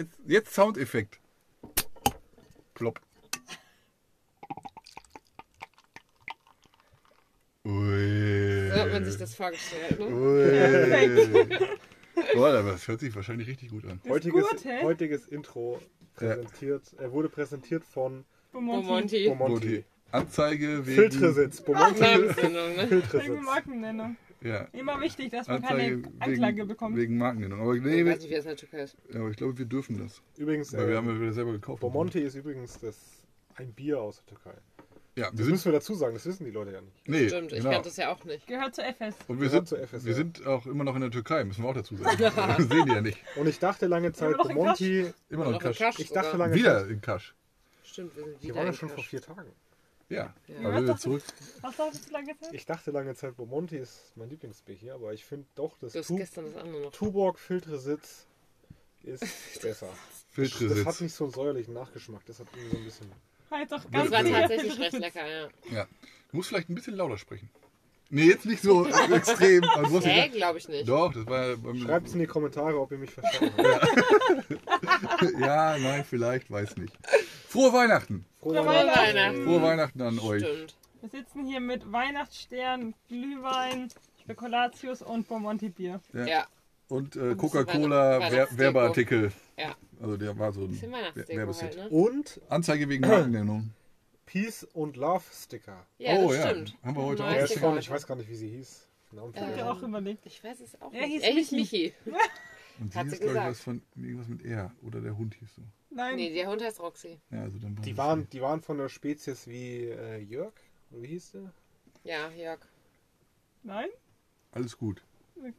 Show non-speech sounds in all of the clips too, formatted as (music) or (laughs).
Jetzt, jetzt Soundeffekt. Plopp. Ui. So hat man sich das vorgestellt, ne? Ui. (laughs) Boah, aber das hört sich wahrscheinlich richtig gut an. Heutiges, gut, hä? heutiges Intro präsentiert, äh, wurde präsentiert von Bomonti. Bomonti. Bomonti. Anzeige wegen. Filtresitz. Bomonti Namenssendung, ne? Wegen Filtresitz. Markennennung. Ja. Immer wichtig, dass man Anzeige keine Anklage wegen, bekommt. wegen Markennennung. Aber nee, Ich wir, weiß nicht, wer es in der Türkei ist. ja, aber ich glaube, wir dürfen das. Übrigens, Weil wir äh, haben ja wieder selber gekauft. Bomonti ist übrigens das, ein Bier aus der Türkei. Ja, wir Das sind. müssen wir dazu sagen, das wissen die Leute ja nicht. Nee, Stimmt, ich genau. kannte es ja auch nicht. Gehört zu FS. Und wir Gehört sind, zur FSR. wir sind auch immer noch in der Türkei, müssen wir auch (laughs) dazu sagen. Wir sehen die ja nicht. Und ich dachte lange Zeit, Immer noch in Bomonti. Immer noch in Noch in Kasch. Kasch Ich dachte sogar. lange Wieder Zeit. in Kasch. Stimmt, wir sind Die wieder. waren ja in schon vor Kasch. vier Tagen. Ja. Ja. Aber wieder zurück. Was hast du so lange Zeit? Ich dachte lange Zeit, Bomonti ist mein Lieblingsbier hier, aber ich finde doch, das Du hast Tu- gestern das andere noch. Tuborg Filtresitz (laughs) ist besser. Das hat Filtresitz. nicht so einen säuerlichen Nachgeschmack. Das hat irgendwie so ein bisschen. Halt doch Das ganz war Blöd. sicher tatsächlich (laughs) viel recht Sitz. lecker, ja. Ja. Du musst vielleicht ein bisschen lauter sprechen. Nee, jetzt nicht (laughs) so extrem. Also musst du- Hä, glaube ich nicht. Doch, das war ja beim. Schreibt es in die Kommentare, ob ihr mich verstanden habt. (laughs) Ja, nein, vielleicht, weiß nicht. Frohe Weihnachten! Frohe Frohe Weihnachten. Weihnachten. Frohe Weihnachten an euch. Stimmt. Wir sitzen hier mit Weihnachtsstern, Glühwein, Spekulatius und Bomonti Bier. Ja. Ja, Und äh, Weihnachts- Coca-Cola Wer Weihnachtsdeko. Werbeartikel. ja. Also der war so ein Bisschen Wer- Weihnachtsdeko halt, Werbeset. ne? Und Anzeige wegen Markennennung. Peace und Love Sticker. (clears throat) Ja, Oh, das ja. stimmt. Haben wir heute Ein auch Der neues ist Sticker von, heute. ich weiß gar nicht, wie sie hieß. Namen Ich hab ja auch überlegt. Ich weiß es auch Er nicht. hieß Er hieß Michi. Michi. Und sie Hat sie ist, glaube ich, gesagt. was von irgendwas mit R. Oder der Hund hieß so. Nein, Nee, der Hund heißt Roxy. Ja, also dann Die waren, die waren von der Spezies wie äh, Jörg. Oder Wie hieß der? Ja, Jörg. nein? Alles gut. Okay.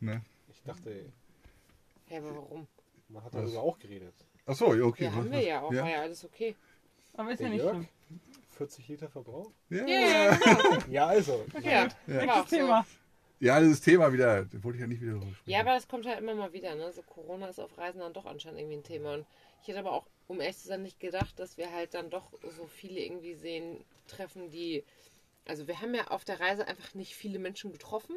Ne? Ich dachte, Hä, aber warum? man hat Was? darüber auch geredet. Achso, ja, okay. Ja, haben wir ja auch. War ja alles okay. Aber ist ja Der nicht Jörg? schlimm. 40 Liter Verbrauch? Ja. Ja, ja, Ja, also. ja. ja. War auch Nächstes so. Thema. ja, dieses Thema wieder. Da wollte ich ja nicht wieder drüber sprechen. Ja, aber das kommt halt immer mal wieder. Ne? So Corona ist auf Reisen dann doch anscheinend irgendwie ein Thema. Und ich hätte aber auch, um ehrlich zu sein, nicht gedacht, dass wir halt dann doch so viele irgendwie sehen, treffen, die. Also wir haben ja auf der Reise einfach nicht viele Menschen getroffen,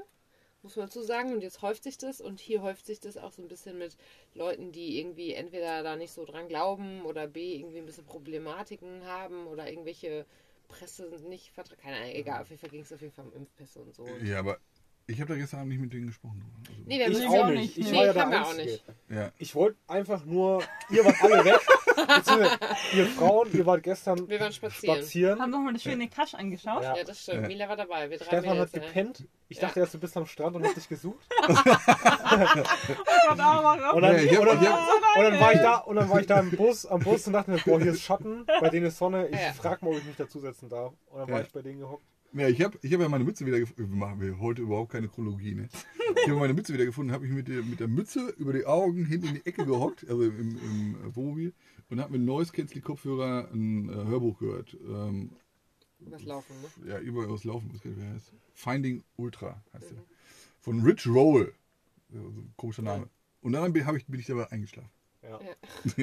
muss man dazu sagen. Und jetzt häuft sich das. Und hier häuft sich das auch so ein bisschen mit Leuten, die irgendwie entweder da nicht so dran glauben oder B, irgendwie ein bisschen Problematiken haben oder irgendwelche Presse nicht vertragen. Keine Ahnung, Mhm. egal. Auf jeden Fall ging es auf jeden Fall um Impfpässe und so. Und Ja, aber ich habe da gestern Abend nicht mit denen gesprochen. drüber. Also, Nee, wir haben Ich uns- auch nicht. Ich Nee, war ja der haben wir auch Einzige. nicht. ja. Ich wollte einfach nur, ihr wart alle weg. Beziehungsweise, ihr Frauen, ihr wart gestern Wir waren spazieren. Haben nochmal das schöne Kasch angeschaut. Ja. Ja, das stimmt. Ja. Mila war dabei. Wir drei äh, Stefan hat Mädels, ja. gepennt. Ich dachte erst, du bist am Strand und hast (laughs) dich gesucht. Und da war er Und dann, Ja, ich hab- und dann, ich hab- und dann war ich da und dann war ich da im Bus, am Bus und dachte mir, boah, hier ist Schatten, bei denen ist Sonne. Ich Ja. frag mal, ob ich mich dazusetzen darf. Und dann war Ja. ich bei denen gehockt. Ja, ich habe ich hab ja meine Mütze wieder gefunden. Wir machen wir heute überhaupt keine Chronologie, ne? Ich habe meine Mütze wieder gefunden, habe mich mit der, mit der Mütze über die Augen hin in die Ecke gehockt, also im, im, im Wohnmobil, und habe mit Noise Cancelling Kopfhörer ein äh, Hörbuch gehört. Ähm, Was laufen, ne? ja, überall aus Laufen, was wie heißt. Finding Ultra heißt der. Von Rich Roll. Ja, so ein komischer Name. Und dann bin, hab ich, bin ich dabei eingeschlafen. Ja. Ja.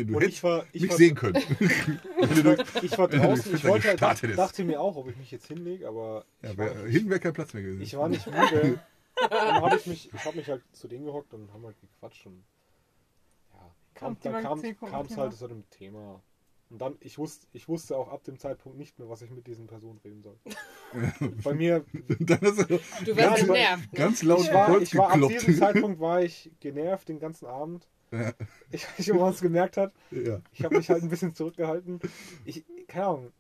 (laughs) Du Und hättest ich war, ich mich war, sehen (laughs) können. ich war, ich (laughs) war wenn du draußen. Ich fitter wollte halt, gestartet ist. dachte mir auch, ob ich mich jetzt hinlege, aber Ja, ich, war, wär, hinten wäre kein Platz mehr gewesen. ich war nicht müde. Dann habe ich mich, ich habe mich halt zu denen gehockt und haben halt gequatscht und ja, kam, Kommt die da kam Bank- es Thema. halt zu dem Thema. Und dann, ich wusste, ich wusste auch ab dem Zeitpunkt nicht mehr, was ich mit diesen Personen reden soll. Bei mir, Und (laughs) dann hast du Du ganz, warst Ja, aber- genervt. Ne? ganz laut ich war, Holz ich war ab geklopft. diesem Zeitpunkt war ich genervt den ganzen Abend. Ich weiß nicht, ob man es gemerkt hat. (laughs) ja. Ich habe mich halt ein bisschen zurückgehalten. Ich, keine Ahnung,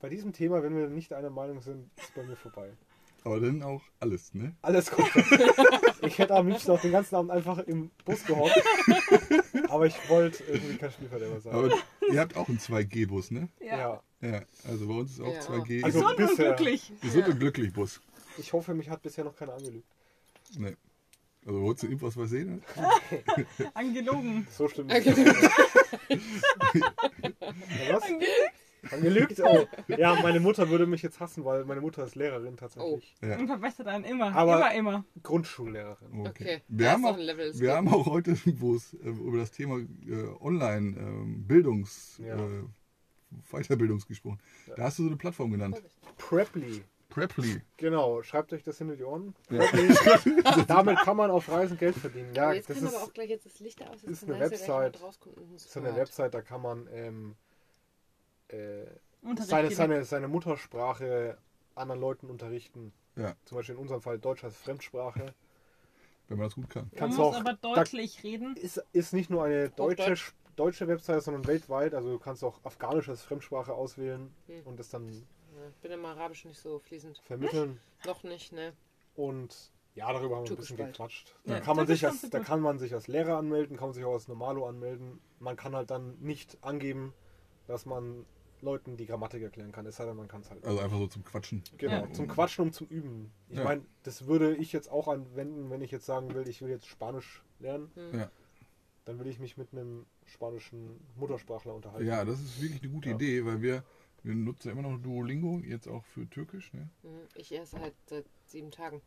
bei diesem Thema, wenn wir nicht einer Meinung sind, ist bei mir vorbei. Aber dann auch alles, ne? (laughs) Alles gut. Ich hätte am liebsten auch den ganzen Abend einfach im Bus gehockt. Aber ich wollte irgendwie kein Spielverderber sein. Aber ihr habt auch einen 2G-Bus, ne? ja. Ja, also bei uns ist auch Ja. 2G. Also- Gesund und bisher. glücklich. gesund und glücklich Bus. Ich hoffe, mich hat bisher noch keiner angelügt. Ne. Also wolltest du irgendwas was sehen? Ne? Angelogen. So stimmt (laughs) es. Okay. Ja, Was? Angelügt? Oh. (laughs) Ja, meine Mutter würde mich jetzt hassen, weil meine Mutter ist Lehrerin Oh, tatsächlich. Ja. Und verbessert einen immer. Aber- immer, immer. Grundschullehrerin. Okay. Wir, Da haben ist noch auch, ein Level, das wir geht. haben auch heute einen Bus äh, über das Thema äh, ähm, Online-Bildungs- Ja. äh, Weiterbildungs gesprochen. Da hast du so eine Plattform genannt. Preply. Crapley. Genau, schreibt euch das hinter die Ohren. Ja. Damit kann man auf Reisen Geld verdienen. Ja, aber jetzt das können wir aber ist, auch gleich jetzt das Licht aus. ist kann sein, dass ihr eine gleich Website. jemand rauskommt und uns ist so eine hört. Website, da kann man ähm, äh, Unterricht seine, geben. seine, seine Muttersprache anderen Leuten unterrichten. Ja. Zum Beispiel in unserem Fall Deutsch als Fremdsprache. Wenn man das gut kann. Man Kannst muss du auch, aber deutlich reden. ist, ist nicht nur eine deutsche, Deutsch. deutsche Website, sondern weltweit. Also du kannst auch Afghanisch als Fremdsprache auswählen Hm. und das dann Ja, ich bin im Arabisch nicht so fließend. vermitteln. Noch nicht, ne? Und ja, darüber haben wir ein bisschen Zugespalt. gequatscht. Ja, Da, kann man das sich ist als, ganz da gut. kann man sich als Lehrer anmelden, kann man sich auch als Normalo anmelden. Man kann halt dann nicht angeben, dass man Leuten die Grammatik erklären kann. Es sei denn, man kann es halt. Also einfach so zum Quatschen. Genau, Ja. zum Quatschen und zum Üben. Ich Ja. meine, das würde ich jetzt auch anwenden, wenn ich jetzt sagen will, ich will jetzt Spanisch lernen. Hm. Ja. Dann will ich mich mit einem spanischen Muttersprachler unterhalten. Ja, das ist wirklich eine gute halt. Ja. Idee, weil wir, wir nutzen ja immer noch Duolingo, jetzt auch für Türkisch. Ne? Mhm. Ich esse halt seit sieben Tagen.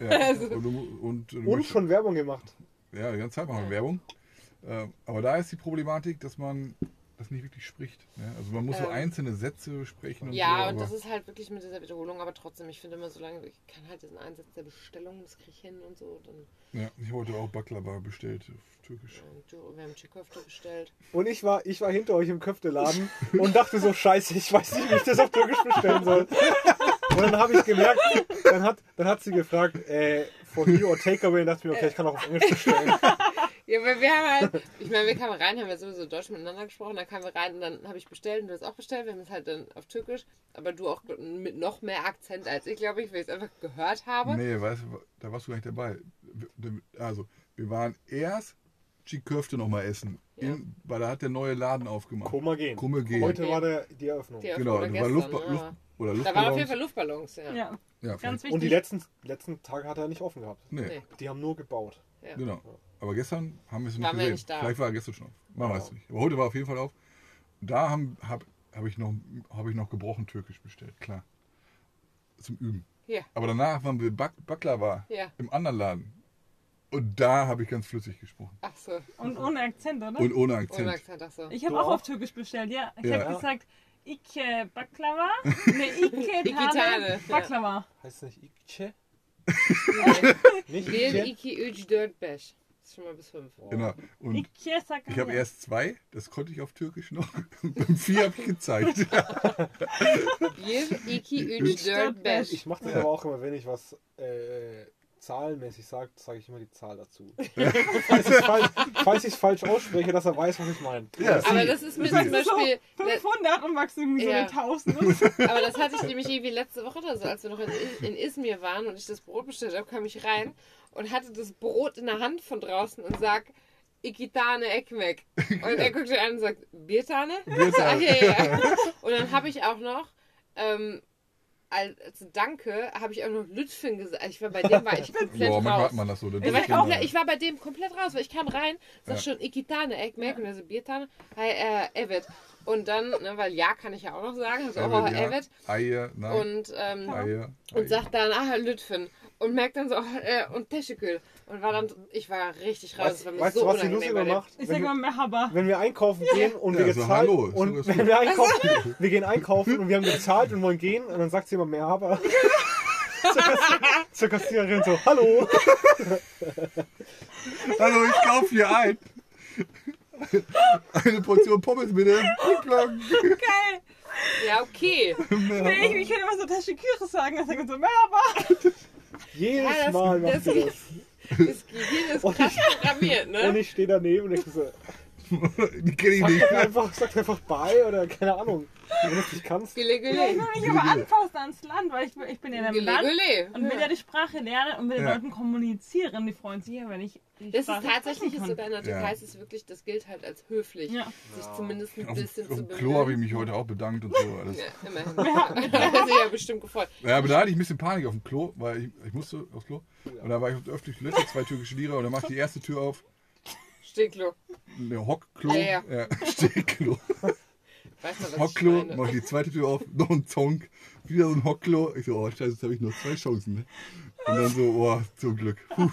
Ja. Also und du, mu- und, du Und möchtest- schon Werbung gemacht. Ja, die ganze Zeit machen wir Werbung. Ähm, aber da ist die Problematik, dass man das nicht wirklich spricht. Ne? Also man muss so Ähm. einzelne Sätze sprechen. Und Ja, so, und aber- das ist halt wirklich mit dieser Wiederholung, aber trotzdem, ich finde immer so lange, ich kann halt diesen Einsatz der Bestellung, das kriege ich hin und so. Dann, Ja, ich habe heute auch Baklava bestellt, auf Türkisch. ähm, Dür- wir haben Tschikow bestellt. Und ich war, ich war hinter euch (laughs) im Köfteladen und dachte so, scheiße, ich weiß nicht, wie ich das auf Türkisch bestellen soll. Und dann habe ich gemerkt, dann hat, dann hat sie gefragt, äh, for you or takeaway, und dachte mir, okay, ich kann auch auf Englisch (laughs) bestellen. Ja, weil wir haben halt, ich meine, wir kamen rein, haben ja sowieso Deutsch miteinander gesprochen, dann kamen wir rein und dann habe ich bestellt und du hast auch bestellt, wir haben es halt dann auf Türkisch, aber du auch mit noch mehr Akzent als ich, glaube ich, weil ich es einfach gehört habe. Nee, weißt du, da warst du gar nicht dabei. Wir- Also, wir waren erst Chiköfte noch mal essen, Ja. in, weil da hat der neue Laden aufgemacht. Koma gehen. Krumme gehen. Heute war der, die Eröffnung. Die Genau, Eröffnung das war Luftba gestern, Luft ja. oder Da waren auf jeden Luftballons. Fall Luftballons, ja. Ja, Ja, ganz vielleicht. wichtig. Und die letzten, letzten Tage hat er nicht offen gehabt. Nee, Nee. Die haben nur gebaut. ja. genau. Aber gestern haben wir es nicht Waren wir gesehen. nicht da. Genau. Vielleicht war er gestern schon auf. Man weiß es nicht. Aber heute war er auf jeden Fall auf. Da habe hab, hab ich, noch- hab ich noch gebrochen Türkisch bestellt, klar. Zum Üben. Hier, Aber danach waren wir Bak Baklava Ja. im anderen Laden. Und da habe ich ganz flüssig gesprochen. ach so. Und ohne Akzent, oder? Und ohne Ohne Akzent. Akzent, ach so. ich habe Du auch auch? auf Türkisch bestellt, ja. Ich Ja. habe gesagt, Ike Baklava. Ne, Ike Tane Tane, ja. Baklava. Heißt nicht (laughs) Ikche? Nicht Lil Ikche? Iki Üj Dörtbesch. Das ist schon mal bis fünf. Genau. Und Ike Sakana. ich habe erst zwei, das konnte ich auf Türkisch (laughs) noch. (laughs) Beim vier habe ich gezeigt. Lil Iki Üj Dörtbesch. Ich mache das Ja. aber auch immer, wenn ich was äh, zahlenmäßig sage, sage ich immer die (laughs) Zahl dazu. falls ich es falsch, falls ich's falsch ausspreche, dass er weiß, was ich meine. Ja. Aber das ist mir zum Das ist so Beispiel. 500 und Max irgendwie so Ja. eine 1000. Aber das hatte ich nämlich irgendwie letzte Woche oder so, als wir noch in, in Izmir waren und ich das Brot bestellt habe, kam ich rein und hatte das Brot in der Hand von draußen und sag. Ikitane Ekmek. Und er guckt mich an und sagt, Biertane? Biertane. (laughs) Ja, ja, (laughs) ja. Und dann habe ich auch noch, ähm, als Danke, habe ich auch noch Lütfen gesagt. Ich war bei dem (laughs) war ich komplett Boah, manchmal raus. hat man das so. Dann Ich war, drückt komplett- man- ich war bei dem komplett raus, weil ich kam rein, sag Ja. schon Ikitane, Ekmek, und er so Biertane, hi, äh, Evet. Und dann, ne, weil ja kann ich ja auch noch sagen, also, oh, ja, Evet. Eier, nein. Und, ähm, Eier. und sagt dann, ah, Lütfen. Und merkt dann so, oh, äh, und Teschekül. Und war dann, ich war richtig raus. das Weißt war weißt mir du, so was die unangenehm lustiger bei dem. macht? Ich (laughs) Wenn sag wir, mal Merhaba. wenn wir einkaufen gehen und Ja, wir so, gezahlt hallo, ist und sowas wenn wir einkaufen, wir gehen einkaufen und wir haben gezahlt und wollen gehen und dann sagt sie immer (laughs) mehr, aber zur, Kassi zur Kassiererin so, hallo. Hallo, ich kaufe hier ein. Eine Portion Pommes bitte. Pieplang. Geil. Ja, okay. Nee, ich, ich könnte immer so Tasche Kirche sagen, dann sagen wir so Merhaba. Jedes Ja, das- Mal macht das- sie das. Das Gehirn ist krass programmiert, (laughs) Und ne? ich stehe daneben und denke so, Die kenne ich sag nicht. doch einfach, sag doch einfach bei oder keine Ahnung. Wenn du es nicht kannst. Gülle, Ich gülle. will mich aber anpassen ans Land, weil ich, will- ich bin ja in einem Gülle, Land. gülle. Und will ja die Sprache lernen und mit den Ja. Leuten kommunizieren. Die freuen sich ja, wenn ich die Das ist Sprache tatsächlich sprechen ist kann. sogar in der Türkei Ja. ist es wirklich, das gilt halt als höflich, Ja. sich zumindest ein Auf, bisschen auf zu dem bemühen. Klo habe ich mich heute auch bedankt und so alles. Ja, immerhin. (laughs) Da hat sich ja bestimmt gefreut. Ja, aber da hatte ich ein bisschen Panik auf dem Klo, weil ich, ich musste aufs Klo. Und da war ich auf der öffentlichen Toilette, zwei türkische Lehrer und dann macht die erste Tür auf, Stehklo. eine Hockklo, Ja, ja. (laughs) Stehklo, Weißt du, was Hockklo, ich meine? mache ich die zweite Tür auf, noch ein Zong, wieder so ein (laughs) Hockklo. Ich so, oh scheiße, jetzt habe ich nur zwei Chancen. Ne? Und dann so, oh, zum Glück. Puh.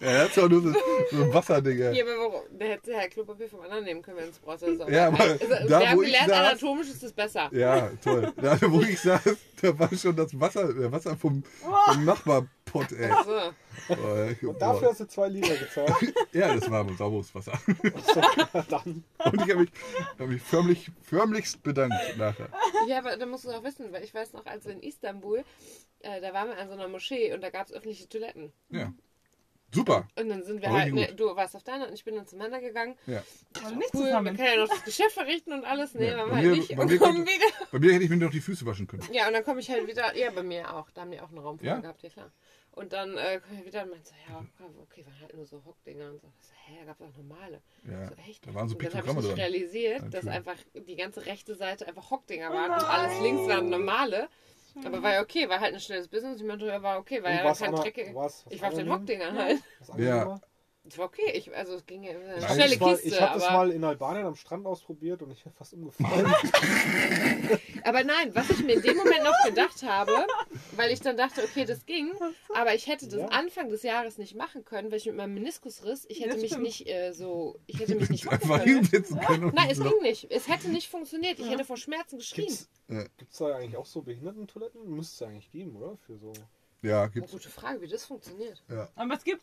Er hat zwar nur so, so ein Wasserdinger. Ja, aber warum? Der hätte ja Klopapier vom anderen nehmen können, wenn es braucht. Also, Ja, aber also, da, wir haben wo ich gelernt, saß- anatomisch ist es besser. Ja, toll. Da, wo ich saß, da war schon das Wasser, der Wasser vom, Oh. vom Nachbarpott, (laughs) ey. So. Boah, ich- Und dafür hast du zwei Liter gezahlt. (laughs) boah. Ja, das war sauberes Wasser. Dann. Und ich habe mich, hab mich förmlich, förmlichst bedankt nachher. Ja, aber da musst du auch wissen, weil ich weiß noch, als wir in Istanbul, äh, da waren wir an so einer Moschee und da gab es öffentliche Toiletten. Ja. Super. Und dann sind wir Aber halt, richtig ne, du warst auf deiner und ich bin dann zum Händler gegangen. Ja. Also nicht Cool, man zusammen. kann ja noch das Geschäft verrichten und alles. Nee, Ja, waren bei wir mir- halt nicht. bei Und mir kommen konnte- wieder. Bei mir hätte ich mir noch die Füße waschen können. Ja, und dann komme ich halt wieder, ja, bei mir auch. Da haben die auch einen Raum für Ja? gehabt, ja klar. Und dann äh, komme ich wieder und meinte, so, ja, okay, waren halt nur so Hockdinger und so. Ich so hä, da gab es auch normale. Ja, so, echt? da waren so und dann habe ich Piktogramme nicht dran. realisiert, Ja, dass natürlich. einfach die ganze rechte Seite einfach Hockdinger waren und alles links waren normale. Aber war ja okay, war halt ein schnelles Business. Ich meinte, ja, war okay, war Und ja war's kein an- Dreck. war's- Ich was war auf den angenehm? Hockdingern halt. Was Ja. angenehm war? Es war okay, ich, also es ging ja immer Ich eine hab schnelle ich mal, Kiste. ich habe das aber, mal in Albanien am Strand ausprobiert und ich bin fast (laughs) umgefallen. aber nein, was ich mir in dem Moment noch gedacht habe, weil ich dann dachte, okay, das ging, aber ich hätte das Ja. Anfang des Jahres nicht machen können, weil ich mit meinem Meniskusriss, ich hätte Ja, mich stimmt. nicht äh, so, ich hätte (laughs) mich nicht hocken Einfach können. ne? hinsetzen können. und Nein, es so. ging nicht. Es hätte nicht funktioniert. Ich hätte vor Schmerzen geschrien. Gibt's, Ja. gibt's da eigentlich auch so Behindertentoiletten? Müsste es eigentlich geben, oder? Für so. Ja, Oh, gibt's. gute Frage, wie das funktioniert. Aber es gibt,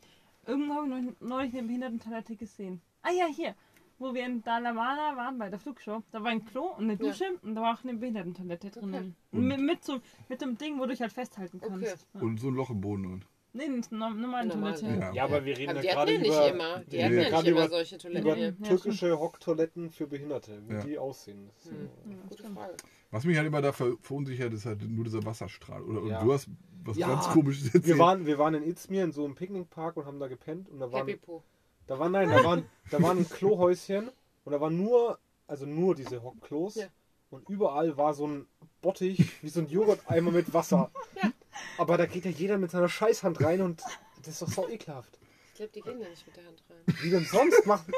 irgendwo habe ich neulich- neulich eine Behindertentoilette gesehen. Ah ja, hier, wo wir in Dalamana waren bei der Flugshow. Da war ein Klo und eine Dusche und da war auch eine Behindertentoilette drinnen. Mit, mit, so, mit dem Ding, wo du dich halt festhalten kannst. Okay. Ja. Und so ein Loch im Boden. Und. Nee, eine norm- normale Normale. Toilette. Ja. Ja, aber wir reden ne? Aber ja die hatten gerade ja nicht über. immer. Die Nee, hatten ja nicht gerade immer über- solche über Toiletten. Ja, türkische Hocktoiletten für Behinderte, wie Ja. die aussehen. Das ist Hm. Ja, hier. das Gute stimmt. Frage. Was mich halt immer da ver- verunsichert, ist halt nur dieser Wasserstrahl. Oder oder Ja. du hast was Ja. ganz komisches erzählt. Wir waren, wir waren in Izmir in so einem Picknickpark und haben da gepennt und da Happy waren, Po. da waren nein, da waren, da waren ein Klohäuschen und da waren nur, also nur diese Hockklos Ja. und überall war so ein Bottich wie so ein Joghurt-Eimer mit Wasser. Ja. Aber da geht ja jeder mit seiner Scheißhand rein und das ist doch so ekelhaft. Ich glaube, die gehen da nicht mit der Hand rein. Wie denn sonst machen?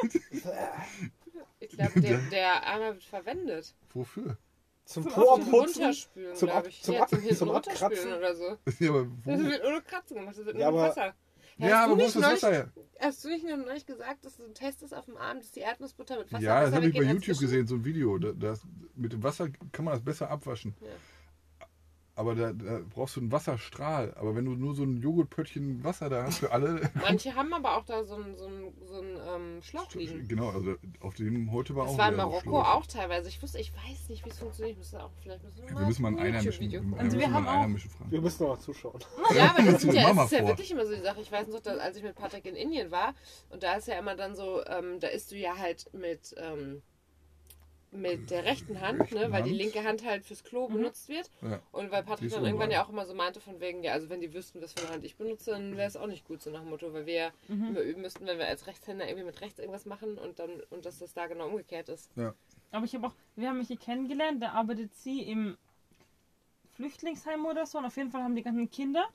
Ich (laughs) glaube, der, der Eimer wird verwendet. Wofür? (laughs) Zum Zum Po Ab- Zum abputzen? Runterspülen, Zum glaube Ab- ich. zum ja, Ab- zum, hinten zum Runterspülen Abkratzen? oder so. Ja, aber wo? Das wird ohne Kratzen gemacht, das wird Ja, nur mit aber- Wasser. Hä, ja, hast, du aber wo nicht ist das Wasser neulich, her? hast du nicht noch neulich gesagt, dass du einen Test ist auf dem Arm, dass die Erdnussbutter mit Wasser ja, das besser habe ich bei weggeht als YouTube zwischen- gesehen, so ein Video. Da, das, mit dem Wasser kann man das besser abwaschen. Ja. Aber da, da brauchst du einen Wasserstrahl. Aber wenn du nur so ein Joghurtpöttchen Wasser da hast für (laughs) alle. Manche haben aber auch da so einen, so einen, so einen ähm, Schlauch liegen. genau, also auf dem heute war Das auch. war in wieder so Marokko Schlauch. auch teilweise. Ich wusste, ich weiß nicht, wie es funktioniert. Ich müsste auch, vielleicht müssen wir, Ja, mal wir müssen mal einen ein Einheimischen, YouTube-Video wir gucken. Also wir müssen mal haben einen auch- Einheimischen Wir fragen. müssen noch mal zuschauen. Ja, (laughs) aber das sind Mach ja, mal es ist ja vor. wirklich immer so die Sache. Ich weiß noch, dass, als ich mit Patrick in Indien war, und da ist ja immer dann so, ähm, da isst du ja halt mit, ähm, mit der rechten Hand, Rechten ne, weil die Hand. linke Hand halt fürs Klo benutzt wird. Ja. Und weil Die Patrick ist dann irgendwann unrein. ja auch immer so meinte, von wegen, ja, also wenn die wüssten, was für eine Hand ich benutze, dann wäre es auch nicht gut, so nach dem Motto, weil wir ja Mhm. immer üben müssten, wenn wir als Rechtshänder irgendwie mit rechts irgendwas machen und dann und dass das da genau umgekehrt ist. Aber ich habe auch, wir haben mich hier kennengelernt, da arbeitet sie im Flüchtlingsheim oder so. Und auf jeden Fall haben die ganzen Kinder,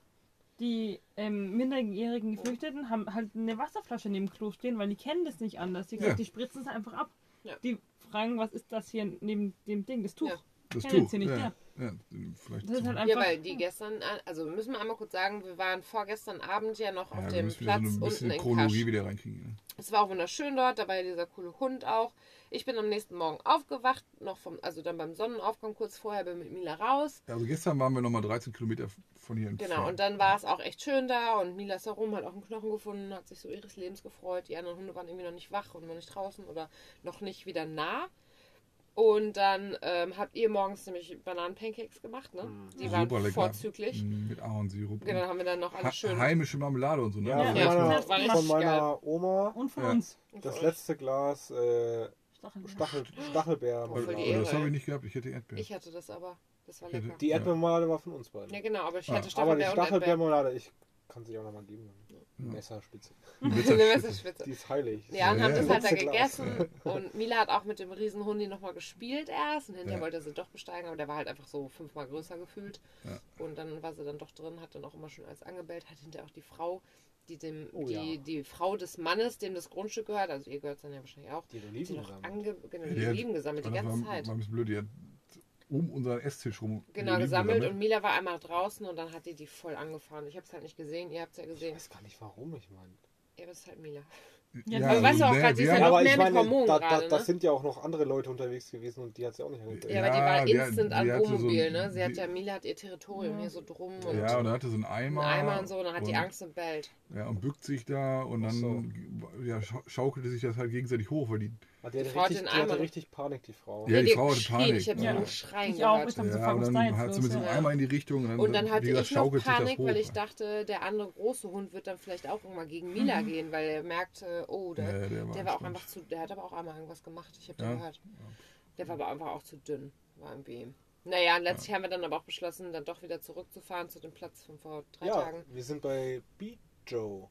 die ähm, minderjährigen Geflüchteten, haben halt eine Wasserflasche neben dem Klo stehen, weil die kennen das nicht anders. Die, Ja. gesagt, die spritzen es einfach ab. Ja. Die fragen, was ist das hier neben dem Ding, das Tuch. Ja. Das Kennen Tuch. Sie nicht, ja. Ja, vielleicht. Das ist halt einfach. Ja, weil die gestern, also müssen wir einmal kurz sagen, wir waren vorgestern Abend ja noch auf ja, wir dem müssen wieder Platz so ein unten bisschen in Kasch. Chronologie wieder reinkriegen. Es war auch wunderschön dort, dabei dieser coole Hund auch. Ich bin am nächsten Morgen aufgewacht, noch vom, also dann beim Sonnenaufgang kurz vorher bin mit Mila raus. Ja. Also gestern waren wir nochmal 13 Kilometer von hier entfernt. Genau, und dann war es auch echt schön da und Mila ist da rum, hat auch einen Knochen gefunden, hat sich so ihres Lebens gefreut. Die anderen Hunde waren irgendwie noch nicht wach und noch nicht draußen oder noch nicht wieder nah. Und dann ähm, habt ihr morgens nämlich Bananenpancakes gemacht, ne? Die waren Mhm. Super lecker. vorzüglich. Mm, Mit Ahornsirup. Genau, dann haben wir dann noch Ha alles schön. heimische Marmelade und so, ne? Ja, Ja, von Also erstmal- ja. meiner, das war richtig von meiner Oma Und von Ja. uns. das letzte Glas äh, Stachelbeer. Stachel, Stachelbeer. Voll die Oder, Ehre, oder Oh, das habe ey. ich nicht gehabt, ich hätte Erdbeeren. (laughs) Ich hatte das aber. Das war Hätte- lecker. Die Ja. Erdbeermarmelade war von uns beiden. Ja, genau, aber ich Ah. hatte Aber die Stachelbeer und Erdbeeren. Stachelbeermarmelade, ich kann sie auch nochmal geben. Messerspitze. (laughs) Eine Messerspitze. Die ist heilig. Ja, und haben Ja, das ja. halt da Letzte Glas. gegessen. Und Mila hat auch mit dem Riesenhundi nochmal gespielt erst. Und hinterher Ja. wollte er sie doch besteigen, aber der war halt einfach so fünfmal größer gefühlt. Ja. Und dann war sie dann doch drin, hat dann auch immer schon alles angebellt, hat hinterher auch die Frau, die dem, Oh, die, ja. die Frau des Mannes, dem das Grundstück gehört, also ihr gehört es dann ja wahrscheinlich auch, Die hat die Oliven noch gesammelt. ange genau, die hat- Lieben gesammelt, die das war, ganze Zeit. War ein bisschen blöd, die hat um unseren Esstisch rum. ne? Genau, Oliven gesammelt und Mila war einmal draußen und dann hat die die voll angefahren. Ich habe es halt nicht gesehen, ihr habt es ja Ich gesehen. weiß gar nicht warum, ich meine. Ja, aber es ist halt Mila. Ja, also weißt du auch gerade, sie ist wir ja haben- noch aber mehr ich mit meine, Hormonen da, gerade, da, ne? das sind ja auch noch andere Leute unterwegs gewesen und die hat es ja auch nicht angegriffen. Ja, aber die Ja, war die hat- instant die an hatte so Wohnmobil, ein- ne? Sie hat die- ja, Mila hat ihr Territorium Ja. hier so drum und Ja, und dann hatte sie einen einen Eimer. Eimer und so, und dann hat die und- Angst und bellt. Ja, und bückt sich da und Ach dann so. ja, schau- schaukelte sich das halt gegenseitig hoch, weil die. Ah, Die die hatte Frau hat richtig, den die hatte Eimer. richtig Panik, die Frau. Ja, die hat Frau hatte geschrien, Panik, Ich habe ja. nur schreien Ich auch, gehört. ich dachte, so, ja, fuck, und was da dann jetzt hat sie los, mit so einem ja. Eimer in die Richtung. Und dann, Und dann wie hatte gesagt, ich noch schaukelt sich das Panik, hoch, weil ich ja. dachte, der andere große Hund wird dann vielleicht auch irgendwann gegen Mila gehen, weil er merkt, äh, oh, der, Mhm. Ja, der der, war war auch anstrengend. einfach zu, der hat aber auch einmal irgendwas gemacht, ich habe Ja. den gehört. Der war aber einfach auch zu dünn, war irgendwie. Naja, und letztlich haben wir dann aber auch beschlossen, dann doch wieder zurückzufahren zu dem Platz von vor drei Ja, Tagen. Also, wir sind bei Bijo.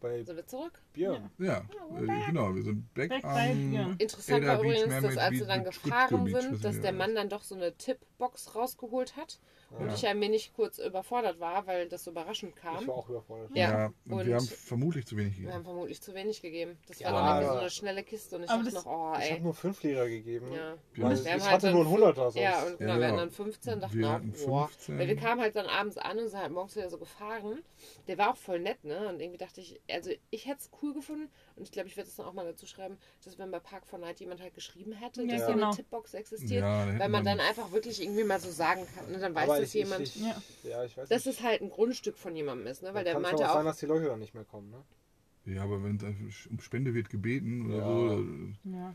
Bei Sind wir zurück? Björn. Ja, oh, äh, genau, wir sind back, Back bei am Björn. Interessant Ada war Beach, übrigens, dass Mermaid als Beach wir dann mit gefahren Spitko Beach, sind, wissen dass wir der ja. Mann dann doch so eine Tippbox rausgeholt hat und Ja. ich ein wenig kurz überfordert war, weil das so überraschend kam. Ich war auch überfordert. Ja, Ja, und wir und- haben vermutlich zu wenig Wir haben gegessen. vermutlich zu wenig gegeben. Das war Ja, dann irgendwie so aber- eine schnelle Kiste und ich Aber dachte das- noch, oh Ich habe ey. nur 5 Lira gegeben. Ja. Ja, Ich, Wir haben ich halt hatte dann nur einen 100er sonst. Ja, und genau, Hm. Ja, wir genau. hatten dann 15, dachten Wir wir auch, hatten boah. 15. Weil wir kamen halt dann abends an und sind halt morgens wieder so gefahren. Der war auch voll nett, ne? Und irgendwie dachte ich, also ich hätte es cool gefunden und ich glaube, ich werde es dann auch mal dazu schreiben, dass wenn bei Park for Night jemand halt geschrieben hätte, Ja, dass so genau. eine Tippbox Ja, existiert, da hätte weil man man- dann einfach wirklich irgendwie mal so sagen kann. Ne? Dann weiß Aber das ich, jemand, Ich, ich, Ja. ja, ich weiß dass nicht. es halt ein Grundstück von jemandem ist, ne? Weil der Dann kann's meinte auch sein, auch, dass die Leute dann nicht mehr kommen. Ne? Ja, aber wenn es einfach um Spende wird gebeten oder Ja. so. Ja.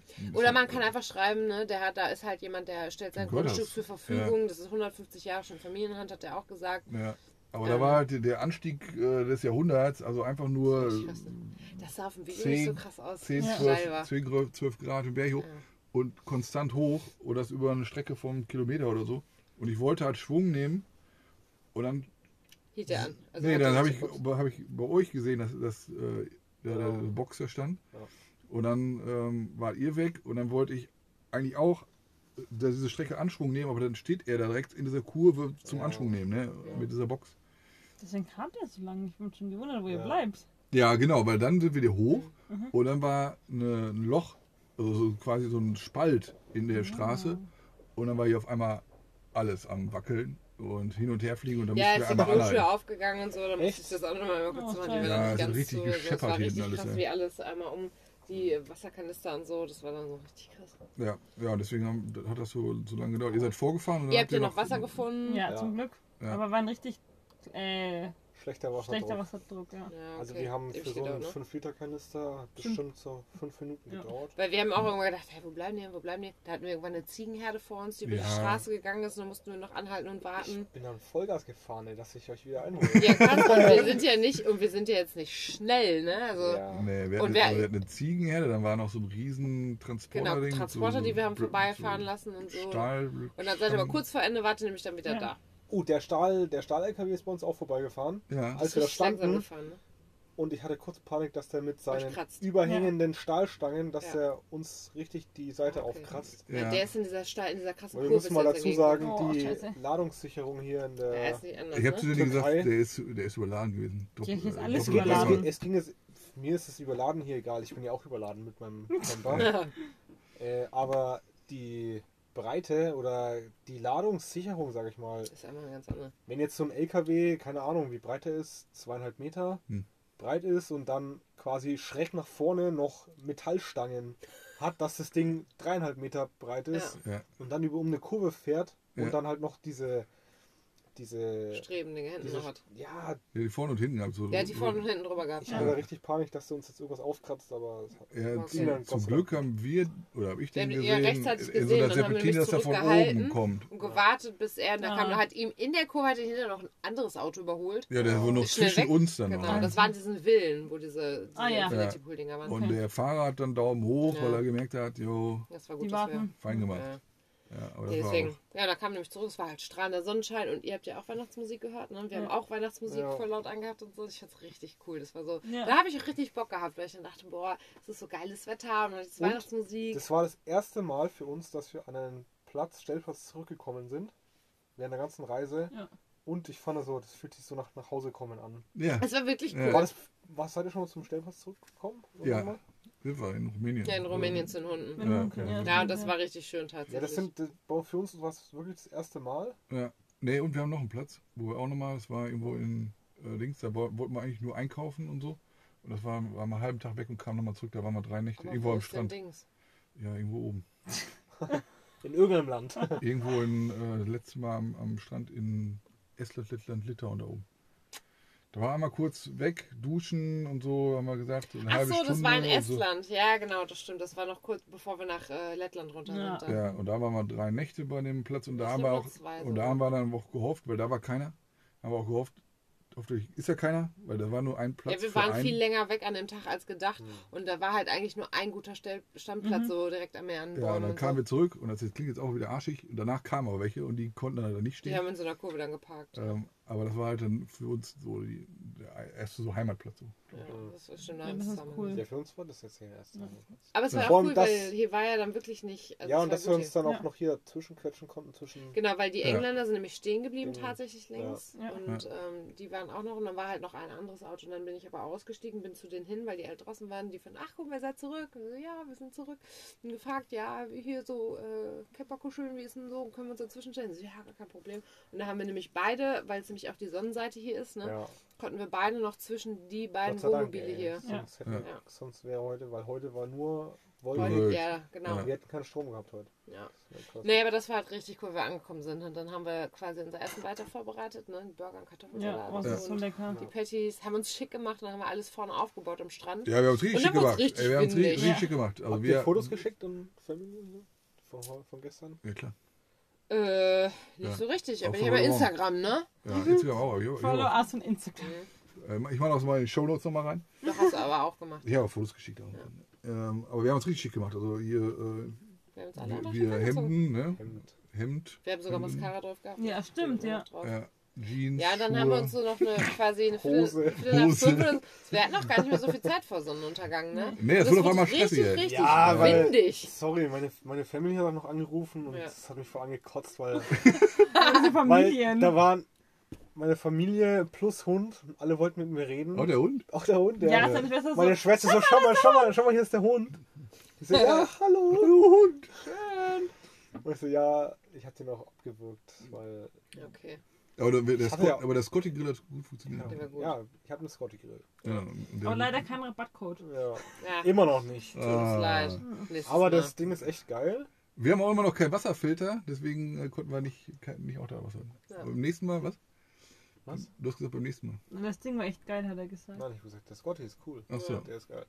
dann- Oder man kann einfach schreiben, ne, der hat, da ist halt jemand, der stellt sein Gott, Grundstück das- zur Verfügung. Das ist 150 Jahre schon Familienhand, hat er auch gesagt. Ja. Aber Ähm. da war halt der Anstieg äh, des Jahrhunderts, also einfach nur Ich weiß nicht. Das sah auf dem Video nicht so 10, krass aus. 10 Ja. 12, 10, Gr- 12 Grad im Berg hoch und konstant hoch oder das über eine Strecke von einem Kilometer oder so. Und ich wollte halt Schwung nehmen und dann, Hielt er an. Also nee, hat dann er habe ich, sich geputzt. hab ich bei euch gesehen, dass, dass äh, da der Ja. Boxer stand. Ja. Und dann ähm, wart ihr weg und dann wollte ich eigentlich auch äh, diese Strecke Anschwung nehmen, aber dann steht er da direkt in dieser Kurve zum Ja. Anschwung nehmen, ne? mit dieser Box. Deswegen kam der so lange. Ich bin schon gewundert, wo ihr Ja. bleibt. Ja, genau, weil dann sind wir wieder hoch Mhm. und dann war eine, ein Loch, also so quasi so ein Spalt in Ah. der Straße und dann war hier auf einmal alles am Wackeln und hin und her fliegen und dann ja, mussten wir ist die einmal anhalten. Klotür aufgegangen und so, dann musste Echt? ich das auch nochmal mal kurz Oh, machen. Die war scheiße. dann Ja, es hat nicht ganz richtig so, das gescheppert war hinten richtig alles, krass, ja. wie alles einmal um die Wasserkanister und so. Das war dann so richtig krass. Ja, ja, deswegen haben, hat das so, so lange gedauert. Ihr seid vorgefahren und dann Ihr habt ja noch Wasser gefunden. Ja, Ja. zum Glück. Ja. Aber war ein richtig äh, Schlechter war schlechter Wasserdruck, ja. Ja, Also okay. wir haben Dem für steht so auch, einen ne? 5-Liter-Kanister bestimmt so 5 Minuten Ja. gedauert. Weil wir haben auch irgendwann gedacht, hey, wo bleiben die, denn, wo bleiben die? denn? Da hatten wir irgendwann eine Ziegenherde vor uns, die über Ja. die Straße gegangen ist und dann mussten wir noch anhalten und warten. Ich bin dann Vollgas gefahren, ey, dass ich euch wieder einhole. (laughs) Ja, krass, (laughs) und wir sind ja nicht, und wir sind ja jetzt nicht schnell, ne? Also, Nee, wir Und hatten, wer- also wir hatten eine Ziegenherde, dann war noch so ein riesen Transporter. genau, Transporter, die wir haben vorbeifahren lassen und so. Stahl, Und dann seid ihr aber kurz vor Ende, warte nämlich dann wieder Ja. da. Oh, der Stahl, der Stahl-LKW ist bei uns auch vorbeigefahren. Ja. Als wir da Richtig langsam standen gefahren, ne? und ich hatte kurz Panik, dass der mit seinen kratzt. überhängenden Stahlstangen, dass Ja. er uns richtig die Seite Okay. aufkratzt. Ja. Ja. Der ist in dieser, Stahl, in dieser krassen Weil wir Kurve. müssen mal ist dazu jetzt sagen, äh, Oh, die scheiße. Ladungssicherung hier in Er der... ist nicht anders. Ich habe zu ne? dir gesagt, Türkei. der ist, der ist überladen gewesen. Doch, Ja, hier ist äh, alles Es ging, doppelt es, überladen. ging, überladen. es ging jetzt, mir ist es überladen hier egal, ich bin ja auch überladen (laughs) mit meinem Camper. äh, aber die Breite oder die Ladungssicherung, sage ich mal, Ist einfach ein ganz anderer. wenn jetzt so ein LKW, keine Ahnung, wie breit er ist, zweieinhalb Meter Hm. breit ist und dann quasi schräg nach vorne noch Metallstangen hat, dass das Ding dreieinhalb Meter breit ist Ja. und dann über um eine Kurve fährt und Ja. dann halt noch diese diese, Streben, den er hinten diese noch hat. ja, Ja, die vorne und hinten gehabt. So, Der hat die vorne und hinten drüber gehabt. ich hatte da richtig Panik, dass du uns jetzt irgendwas aufkratzt, aber es hat, ja, Okay. zum, zum Glück haben wir, oder habe ich den Wir haben- gesehen, ja, rechts hat's in so gesehen, einer dann haben wir Serpentine, nämlich dass da von zurückgehalten. oben kommt. Und gewartet, bis er da Ja. kam. Da hat ihm in der Kurve hat er hinterher noch ein anderes Auto überholt. Ja, der war noch Genau. Ist schnell zwischen weg. uns dann Genau, noch. das waren diesen Villen, wo diese, diese Ah, ja. Infinity Pool Dinger waren. Und der Fahrer hat dann Daumen hoch, Ja. weil er gemerkt hat, jo, das war gut, Die dass wir- warten. fein gemacht. Ja. Ja, aber das Ja, war deswegen. auch- Ja, da kam nämlich zurück, es war halt strahlender Sonnenschein und ihr habt ja auch Weihnachtsmusik gehört, ne? Wir Ja. haben auch Weihnachtsmusik Ja. voll laut angehabt und so. Ich fand's richtig cool. Das war so. Ja. Da habe ich auch richtig Bock gehabt, weil ich dann dachte, boah, es ist so geiles Wetter und dann ist Und Weihnachtsmusik. Das war das erste Mal für uns, dass wir an einen Platz, Stellplatz zurückgekommen sind. Während der ganzen Reise. Ja. Und ich fand das so, das fühlt sich so nach, nach Hause kommen an. ja, Es war wirklich Ja. cool. War das, was seid ihr schon mal zum Stellplatz zurückgekommen? Irgendwann mal? ja, wir waren in Rumänien. Ja, in Rumänien zu den Hunden. Ja, okay. Ja, und das war richtig schön tatsächlich. Ja, das sind, das, war- für uns war es wirklich das erste Mal. Ja. Nee, und wir haben noch einen Platz, wo wir auch nochmal, das war irgendwo in äh, Dings, da wo- wollten wir eigentlich nur einkaufen und so. Und das war, war mal einen halben Tag weg und kam nochmal zurück, da waren wir drei Nächte. Aber irgendwo wo am ist denn Strand. Dings? Ja, irgendwo oben. In irgendeinem Land. Irgendwo in, äh, das letzte Mal am, am Strand in Estland, Lettland, Litauen da oben. Da waren wir kurz weg, duschen und so, haben wir gesagt. Eine Ach halbe so, Stunde das war in und so. Estland. Ja, genau, das stimmt. Das war noch kurz bevor wir nach äh, Lettland runter Ja. sind. dann. Ja, und da waren wir drei Nächte bei dem Platz und da Ich haben glaub wir nur auch, zwei und da sogar. haben wir dann auch gehofft, weil da war keiner, haben wir auch gehofft, hoffentlich ist ja keiner, weil da war nur ein Platz. Ja, wir für waren einen. viel länger weg an dem Tag als gedacht und da war halt eigentlich nur ein guter Stell Mhm. Standplatz so direkt am Meer an Ja, und Bäumen dann und kamen so. wir zurück und das jetzt klingt jetzt auch wieder arschig. Und danach kamen aber welche und die konnten dann leider nicht Die stehen. haben in so einer Kurve dann geparkt. Ja, Ähm, aber das war halt dann für uns so die, der erste so Heimatplatz. So. das ist schon Ja, nice das ist zusammen. cool. (laughs) Ja, für uns war das jetzt hier erst. Aber es war Vor auch allem cool, das- weil hier war ja dann wirklich nicht. also Ja, es und war dass wir gut uns hier. dann auch Ja. noch hier zwischenquetschen konnten zwischen. Genau, weil die Ja. Engländer sind nämlich stehen geblieben Mhm. tatsächlich Ja. links Ja. und ähm, die waren auch noch und dann war halt noch ein anderes Auto und dann bin ich aber ausgestiegen, bin zu denen hin, weil die halt draußen waren, die von, ach guck mal, ihr seid zurück, und so, ja, wir sind zurück und gefragt, ja, hier so äh, Kepperkuscheln, wie ist denn so, können wir uns dazwischen stellen? So, ja, gar kein Problem. Und da haben wir nämlich beide, weil es nämlich auch die Sonnenseite hier ist, ne, Ja, konnten wir beide noch zwischen die Gott beiden sei Dank. Wohnmobile ey. hier. Sonst, hätten, Ja. sonst wäre heute, weil heute war nur Wolken. Wolken. Wollen- Ja, genau. Ja. Wir hätten keinen Strom gehabt heute. Ja. Das wär krass. Nee, aber das war halt richtig cool, wie wir angekommen sind. Und dann haben wir quasi unser Essen weiter vorbereitet, ne? Die Burger und Ja, Kartoffelsalat. oh, das ist so und lecker. die Patties, haben uns schick gemacht und dann haben wir alles vorne aufgebaut am Strand. Ja, wir haben es richtig Und schick dann gemacht. wurde es richtig Ey, wir haben es richtig, windig. richtig schick gemacht. Also Habt wir, ihr Fotos geschickt und Familien ne? von, heu- von gestern? Ja, klar. Äh, nicht Ja. so richtig, Auch aber ich von habe ja heute Instagram, ne? Ja, Instagram auch. Ich, ich, Follow auch. us on Instagram. Ähm, ich mache das mal in die Shownotes nochmal rein. Das hast du aber auch gemacht. Ich habe auch Fotos geschickt. Auch. Ähm, aber wir haben es richtig schick gemacht. Also hier äh, Wir haben uns alle wir, anders wir angezogen. Hemden, Mhm. ne? Hemd. Hemd, Wir haben sogar Mascara drauf gehabt. Ja, (laughs) stimmt, ja. Drauf. äh, Jeans, Ja, dann Schuhe. haben wir uns so noch eine quasi eine Viertel, Hose. eine Viertel nach Hose. fünf. oder so- Wir hatten noch gar nicht mehr so viel Zeit vor Sonnenuntergang, ne? Nee, das Das wurde auf wurde einmal richtig, stressig. ey. richtig- Ja, weil. Windig. Sorry, meine, meine Family hat auch noch angerufen und Ja. das hat mich voll angekotzt, weil, Unsere weil Familien. da waren meine Familie plus Hund, alle wollten mit mir reden. Oh, der Hund? Auch der Hund, der. ja, das ist nicht besser so. meine Schwester so, schau mal, schau mal, schau mal, hier ist der Hund. Ich so, ja, hallo. Hallo Hund. Und ich so, ja, ich hab den auch abgewürgt, weil, Okay. Aber der, der, Hat Scott, er- aber der Scotty Grill hat gut funktioniert. Der war gut. ja, ich hab einen Scotty Grill. Ja, und Oh, der- Aber leider kein Rabattcode. Ja, Ja, tut immer noch nicht. uns Ah. leid. ne? Nächstes Aber Mal. das Ding ist echt geil. Wir haben auch immer noch keinen Wasserfilter, deswegen äh, konnten wir nicht, kein- nicht auch da Wasser. Ja. Aber Beim nächsten Mal, was? Was? Du hast gesagt, beim nächsten Mal. Und das Ding war echt geil, hat er gesagt. Nein, ich hab gesagt, der Scotty ist cool. Ach so. Der ist geil.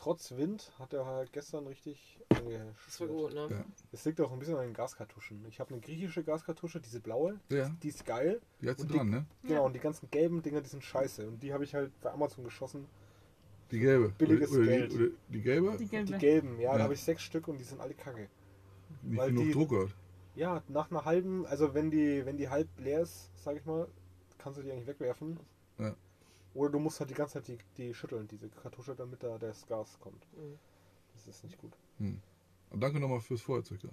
Trotz Wind hat er halt gestern richtig Hm. Das war angeschüttelt. gut, ne? Ja. Es liegt auch ein bisschen an den Gaskartuschen. Ich habe eine griechische Gaskartusche, diese blaue, Ja, die ist geil. die hast du Und dran, ne? Genau, und die ganzen gelben Dinger, die sind scheiße. Und die habe ich halt bei Amazon geschossen. Die gelbe. Billiges oder, oder, Geld. Die, oder die gelbe? Die Die gelbe. gelben, ja, Ja. da habe ich sechs Stück und die sind alle kacke. nicht weil genug die- Druck hat. Ja, nach einer halben, also wenn die, wenn die halb leer ist, sage ich mal, kannst du die eigentlich wegwerfen. Ja. Oder du musst halt die ganze Zeit die, die schütteln, diese Kartusche, damit da das Gas kommt. Mhm. Das ist nicht gut. Hm. Und danke nochmal fürs Feuerzeuggas.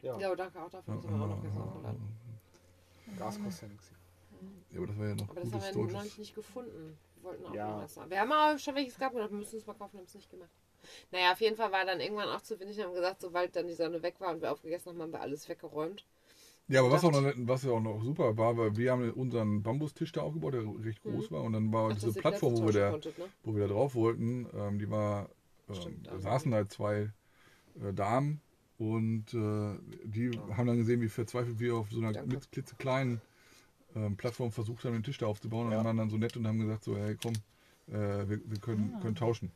Ja, Ja, aber danke auch dafür, dass wir auch noch gestern aufgeladen. Gas kostet ja nichts. Ja, aber das war ja noch Aber das gutes haben wir deutsches. neulich nicht gefunden. Wir wollten auch Ja. noch was haben. Wir haben aber schon welches gehabt und wir müssen es mal kaufen, haben es nicht gemacht. Naja, auf jeden Fall war dann irgendwann auch zu wenig und haben gesagt, sobald dann die Sonne weg war und wir aufgegessen haben, haben wir alles weggeräumt. Oh, Ja, aber was auch, noch, gedacht. was ja auch noch super war, weil wir haben unseren Bambustisch da aufgebaut, der recht groß war. Und dann war Mhm. Ach, diese dass ihr Plattform, Plätze wo wir, da, tauschen konntet, ne? wo wir da drauf wollten, ähm, die war, ähm, Stimmt, da also- saßen halt zwei äh, Damen und äh, die haben dann gesehen, wie verzweifelt wir auf so einer Danke. klitz- klitzekleinen ähm, Plattform versucht haben, den Tisch da aufzubauen. Und waren dann so nett und haben gesagt, so, hey komm, äh, wir, wir können, können tauschen.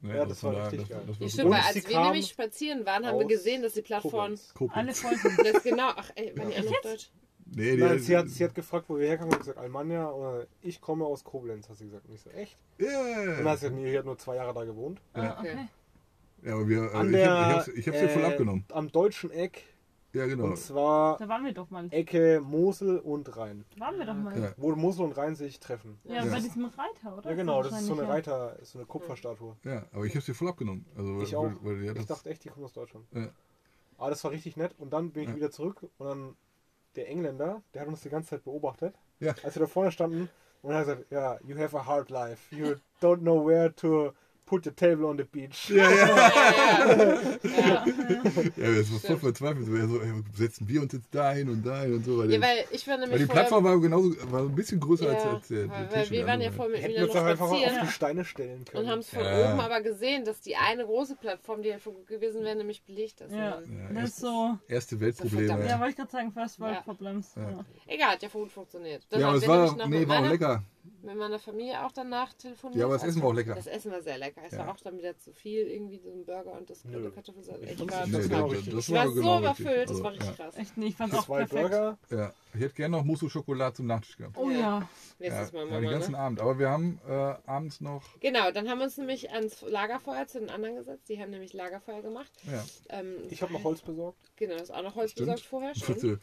Ne, Ah. Ja, also das von war daher, richtig geil. war Ja, super. stimmt, weil Und sie als wir kamen nämlich spazieren waren, haben wir aus gesehen, dass die Plattform. Koblenz. Koblenz. Alle Folgen. Das genau, ach ey, wenn ihr noch Deutsch. Nee, die, Nein, sie hat, sie hat gefragt, wo wir herkommen. Ich habe gesagt, Almania. Oder ich komme aus Koblenz, hat sie gesagt. Und ich so, echt? Und dann yeah. hat sie gesagt, nee, ich habe nur zwei Jahre da gewohnt. Ah, (laughs) okay. okay. Ja, aber wir, An äh, ich der, habe ich hab's dir voll äh, abgenommen. Am deutschen Eck. Ja, genau. Und zwar Da waren wir doch mal. Ecke Mosel und Rhein. Waren wir doch mal. Ja. Wo Mosel und Rhein sich treffen. Ja. Ja, bei diesem Reiter, oder? Ja genau, das ist so eine wahrscheinlich, Reiter, so eine Kupferstatue. Ja, aber ich hab's dir voll abgenommen. Also, Ich weil, auch. Weil, ja, Ich das, dachte echt, die kommen aus Deutschland. Ja. Aber das war richtig nett. Und dann bin ich Ja. wieder zurück und dann der Engländer, der hat uns die ganze Zeit beobachtet, Ja. als wir da vorne standen und er hat gesagt, ja, you have a hard life. You don't know where to put the table on the beach. Ja, ja. Ja. ja das war voll verzweifelt. So, ja, so, ey, setzen wir uns jetzt dahin und dahin und so. Weil, ja, der, weil ich war weil nämlich die vorher- Plattform war genauso war ein bisschen größer als, als der, der weil, Tisch ne? weil wir und waren ja andere. vorher mit Hätten wir Mila uns doch noch einfach spazieren auf die Steine stellen und haben können. es von Ja. oben aber gesehen, dass die eine große Plattform, die dafür gewesen wäre, nämlich belegt ist. Ja, Und Ja, das ist so. Erste Weltprobleme. Ja. Ja, wollte ich gerade sagen, First World Ja. Problems. Ja. Ja. Egal, hat ja gut funktioniert. Dann Ja, aber haben es wir war, nämlich noch nee, mit, war auch meiner, lecker. mit meiner Familie auch danach telefoniert. Ja, aber das Also, Essen war auch lecker. Das Essen war sehr lecker. Es Ja. war auch dann wieder zu viel, irgendwie so ein Burger und das Nö. Kartoffelsalat. Ich Ich fand's war, nicht ich so. war, war richtig. das war genau so richtig. überfüllt, das Also, war richtig ja. krass. Echt nicht, ich fand es auch Zwei perfekt. Burger. Ja, ich hätte gerne noch Mousse au Chocolat zum Nachtisch gehabt. Oh ja. Ja, Nächstes Mal, ja, den Mama. ganzen Ne? Abend. Aber wir haben äh, abends noch. Genau, dann haben wir uns nämlich ans Lagerfeuer zu den anderen gesetzt. Die haben nämlich Lagerfeuer gemacht. Ja, Ähm, Ich habe noch Holz besorgt. (laughs) Genau, ist auch noch Holz Stimmt. besorgt vorher. Stimmt. Fritze,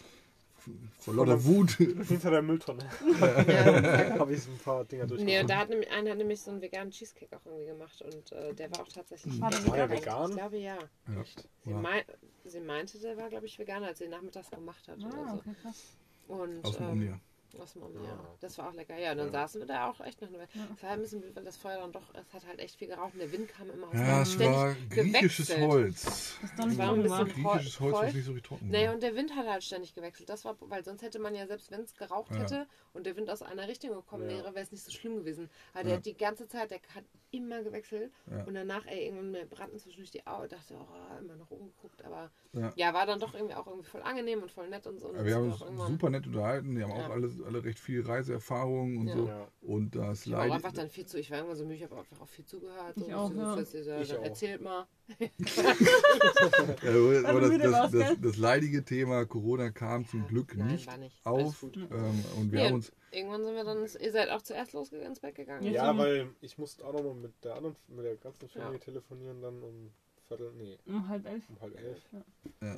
vor lauter Wut. Hinter der Mülltonne Ja. habe ich so ein paar Dinger Genau. Nee, und durchgebracht. da hat nämlich, einer hat nämlich so einen veganen Cheesecake auch irgendwie gemacht und äh, der war auch tatsächlich War der Hm. vegan? Ich glaube ja. (laughs) Ja. Sie, Ja. mei sie meinte, der war, glaube ich, veganer, als sie nachmittags gemacht hat. Ah, Oder okay, krass. so. Und Aus dem Ah. ähm, Omnia. aus dem Omnia. Das war auch lecker. Ja, und dann saßen wir da auch echt noch eine Weile. Es war ein bisschen blöd, weil das Feuer dann doch, es hat halt echt viel geraucht und der Wind kam immer aus Ja, es war griechisches gewechselt. Holz. Das ist doch nicht War ein so bisschen- Griechisches Holz, Voll. was nicht so getrocknet Naja, war. und der Wind hat halt ständig gewechselt. Das war, weil sonst hätte man ja, selbst wenn es geraucht Ja. hätte und der Wind aus einer Richtung gekommen Ja. wäre, wäre es nicht so schlimm gewesen. Aber der Ja. hat die ganze Zeit, der hat immer gewechselt. Ja. Und danach, ey, irgendwann mir brannten zwischendurch die Augen. Dachte, oh, immer noch umgeguckt. Aber Ja. ja. war dann doch irgendwie auch irgendwie voll angenehm und voll nett und so. Und Aber wir das haben war auch uns super nett unterhalten. Die haben auch Ja. alle, alle recht viel Reiseerfahrung und Ja. so. Ja. Und das Ich habe auch einfach leider. dann viel zu, ich war irgendwann so müde, ich habe einfach auch viel zugehört. Ich und auch, so, ja. so, so, so, Ich dann auch. Erzählt mal. (laughs) Ja, aber Weil du das, müde das, warst, das, gell? das leidige Thema Corona kam zum Glück Nein, nicht, war nicht. Alles auf. gut. Ähm, und wir Nee, haben uns. Irgendwann sind wir dann, ihr seid auch zuerst losgegangen, ins Bett gegangen. Ja. Ja, weil ich musste auch nochmal mit der anderen, mit der ganzen Familie Ja. telefonieren dann um Viertel, nee, Um halb elf. um halb elf. Ja. Ja.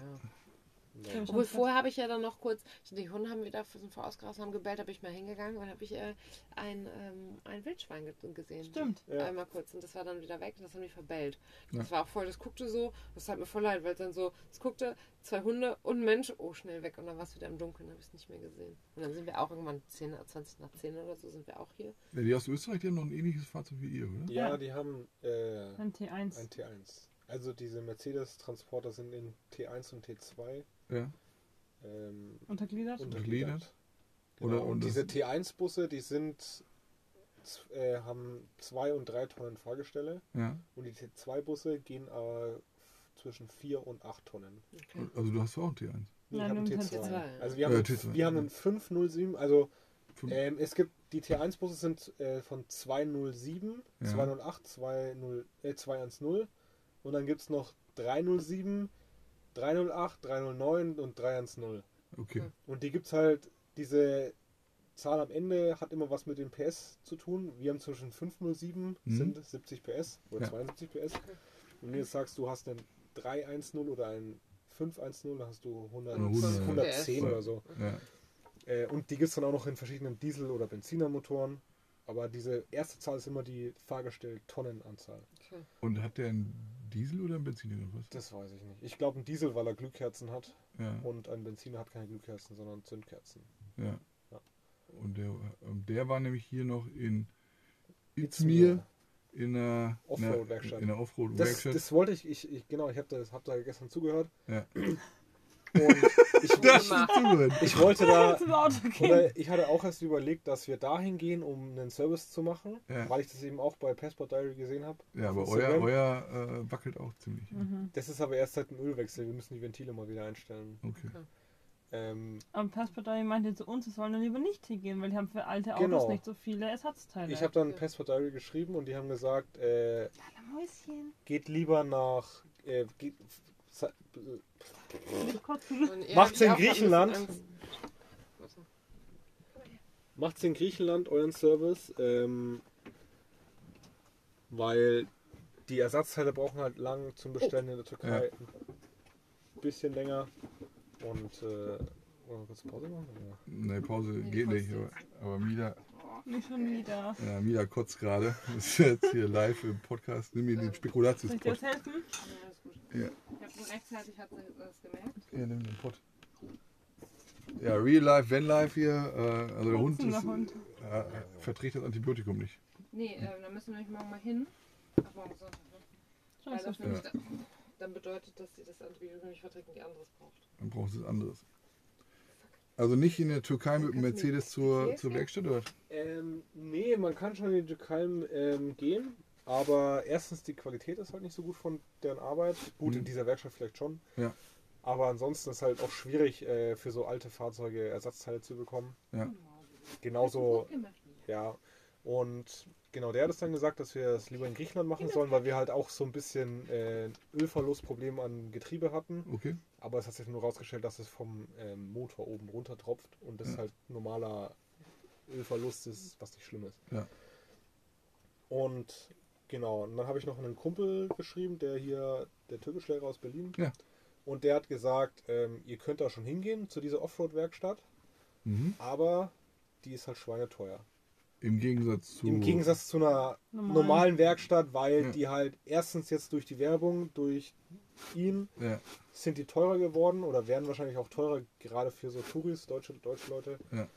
Obwohl vorher habe ich ja dann noch kurz, die Hunde haben wieder sind vorausgerasen, haben gebellt, habe ich mal hingegangen und habe ich äh, ein, ähm, ein Wildschwein ge gesehen. Stimmt. Ja. Einmal kurz und das war dann wieder weg und das haben die verbellt. Ja. Das war auch voll, das guckte so, das hat mir voll leid, weil es dann so, es guckte zwei Hunde und ein Mensch, oh schnell weg und dann war es wieder im Dunkeln, habe ich es nicht mehr gesehen. Und dann sind wir auch irgendwann 10, 20 nach 10 oder so sind wir auch hier. Ja, die aus Österreich, die haben noch ein ähnliches Fahrzeug wie ihr, oder? Ja, Ja. die haben äh, Ein T1. ein T1. Also diese Mercedes-Transporter sind in T1 und T2 Ja. ähm, Untergliedert. untergliedert. Oder- Genau. und Und diese das- T1-Busse, die sind z- äh, haben zwei und drei Tonnen Fahrgestelle ja. und die T2-Busse gehen aber zwischen vier und acht Tonnen. Okay. Und- Also du hast auch ein T1. Wir Nein, nur haben ein T2. T2. Also wir Ja, haben, T2, wir haben Äh, ja. einen 507, also Fünf- ähm, es gibt die T1-Busse sind äh, von 207, Ja. 208, 20, äh, 210 und dann gibt es noch 307, 308, 309 und 310. Okay. Und die gibt's halt, diese Zahl am Ende hat immer was mit den PS zu tun. Wir haben zwischen 507 Mhm. sind 70 PS oder Ja. 72 PS. Und wenn du jetzt sagst, du hast einen 310 oder einen 510, dann hast du 100, Oder 100, 110 ja. oder so. Ja. Äh, und die gibt's dann auch noch in verschiedenen Diesel- oder Benzinermotoren. Aber diese erste Zahl ist immer die Fahrgestell-Tonnenanzahl. Und hat der einen Diesel oder einen Benziner oder was? Das weiß ich nicht. Ich glaube, ein Diesel, weil er Glühkerzen hat. Ja. Und ein Benziner hat keine Glühkerzen, sondern Zündkerzen. ja. Ja. Und der, ähm, der war nämlich hier noch in Izmir in einer Offroad-Werkstatt. In einer Das, Offroad-Werkstatt. das wollte ich, ich, ich genau, ich habe da, hab da gestern zugehört. Ja. Und ich, ich, Immer. Zugehört. ich wollte da, (laughs) Zum Auto gehen. oder ich hatte auch erst überlegt, dass wir dahin gehen, um einen Service zu machen, Ja. weil ich das eben auch bei Passport Diary gesehen habe. Ja, aber Auf euer, Instagram. euer äh, wackelt auch ziemlich. Mhm. Das ist aber erst seit dem Ölwechsel, wir müssen die Ventile mal wieder einstellen. Okay. Ähm, Und Passportei meinte zu uns, es sollen dann lieber nicht hingehen, weil die haben für alte Autos Genau. nicht so viele Ersatzteile. ich habe dann Ja. Passport Diary geschrieben und die haben gesagt, äh, Mäuschen. geht lieber nach, äh, geht, äh, Kotzen. Und ihr habt Macht's ja in auch ein bisschen Griechenland? Angst. Warte. Macht's in Griechenland euren Service, ähm, weil die Ersatzteile brauchen halt lang zum Bestellen in der Türkei. Ein bisschen länger. Und äh, wollen wir kurz Pause machen? Ne, Pause die geht kotzt nicht. Aber, aber Mila, Nicht schon wieder. äh, Mila kotzt gerade. (laughs) Das ist jetzt hier live im Podcast. Nimm mir den Spekulatius. Soll ich dir das helfen? Ja, alles gut. Ja. Ich habe nur rechtzeitig hat sie das gemerkt. Ja, nimm den Pott. Ja, Real Life, Van Life hier. Äh, also der Hund, Kotzender ist, Hund. Äh, äh, verträgt das Antibiotikum nicht. Nee, äh, dann müssen wir nämlich morgen mal hin. Ach, morgen ist weil so, das nämlich da, dann bedeutet, dass sie das Antibiotikum nicht verträgt und die anderes braucht. Dann brauchst du was anderes. Also nicht in der Türkei mit dem Kannst du mir- Mercedes zur, Okay, zur okay. Werkstatt oder? was? Ähm, nee, man kann schon in die Türkei ähm, gehen, aber erstens die Qualität ist halt nicht so gut von deren Arbeit. Gut, Mhm. in dieser Werkstatt vielleicht schon. Ja. Aber ansonsten ist halt auch schwierig, äh, für so alte Fahrzeuge Ersatzteile zu bekommen. Ja. Genauso, ja. Und genau, der hat es dann gesagt, dass wir es lieber in Griechenland machen sollen, weil wir halt auch so ein bisschen äh, ein Ölverlustproblem an Getriebe hatten. Okay. Aber es hat sich nur rausgestellt, dass es vom ähm, Motor oben runter tropft und das Ja. halt normaler Ölverlust ist, was nicht schlimm ist. Ja. Und genau, und dann habe ich noch einen Kumpel geschrieben, der hier, der Türkischlehrer aus Berlin. Ja. Und der hat gesagt, ähm, ihr könnt da schon hingehen zu dieser Offroad-Werkstatt, Mhm. aber die ist halt schweineteuer. Im Gegensatz zu. Im Gegensatz zu einer normalen, Normalen. Werkstatt, weil Ja. die halt erstens jetzt durch die Werbung, durch ihn Ja, sind die teurer geworden oder werden wahrscheinlich auch teurer, gerade für so Touris, deutsche, deutsche Leute. Ja.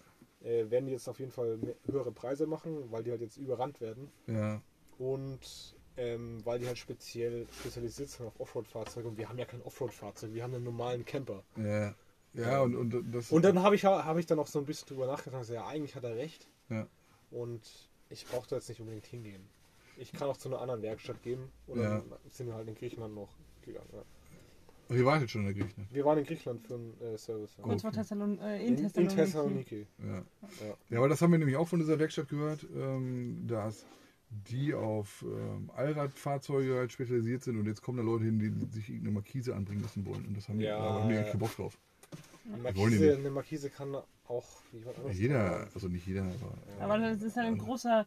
Äh, werden die jetzt auf jeden Fall mehr, höhere Preise machen, weil die halt jetzt überrannt werden. ja. Und ähm, weil die halt speziell spezialisiert sind auf Offroad-Fahrzeuge. Und wir haben ja kein Offroad-Fahrzeug, wir haben einen normalen Camper. Ja, ja und, und das. Und dann habe ich, ja- habe ich dann noch so ein bisschen drüber nachgedacht. und gesagt, Ja, eigentlich hat er recht. Ja. Und ich brauche da jetzt nicht unbedingt hingehen. Ich kann auch zu einer anderen Werkstatt gehen. Und Ja. dann sind wir halt in Griechenland noch gegangen. Ja. Ach, ihr wartet schon in der ne? Griechenland. Wir waren in Griechenland für einen äh, Service. Ja. Gut. Kurz vor Thessalon äh, in In, in Thessaloniki. Thessaloniki. Ja. Ja. ja, aber das haben wir nämlich auch von dieser Werkstatt gehört, ähm, dass die auf ähm, Allradfahrzeuge halt spezialisiert sind und jetzt kommen da Leute hin, die sich irgendeine Markise anbringen lassen wollen. Und das haben Ja. da haben wir eigentlich keinen Bock drauf. Eine wollen die Markise, nicht. eine Markise kann auch Ja, jemand anderes. jeder, also nicht jeder, aber. Aber das ist halt ein großer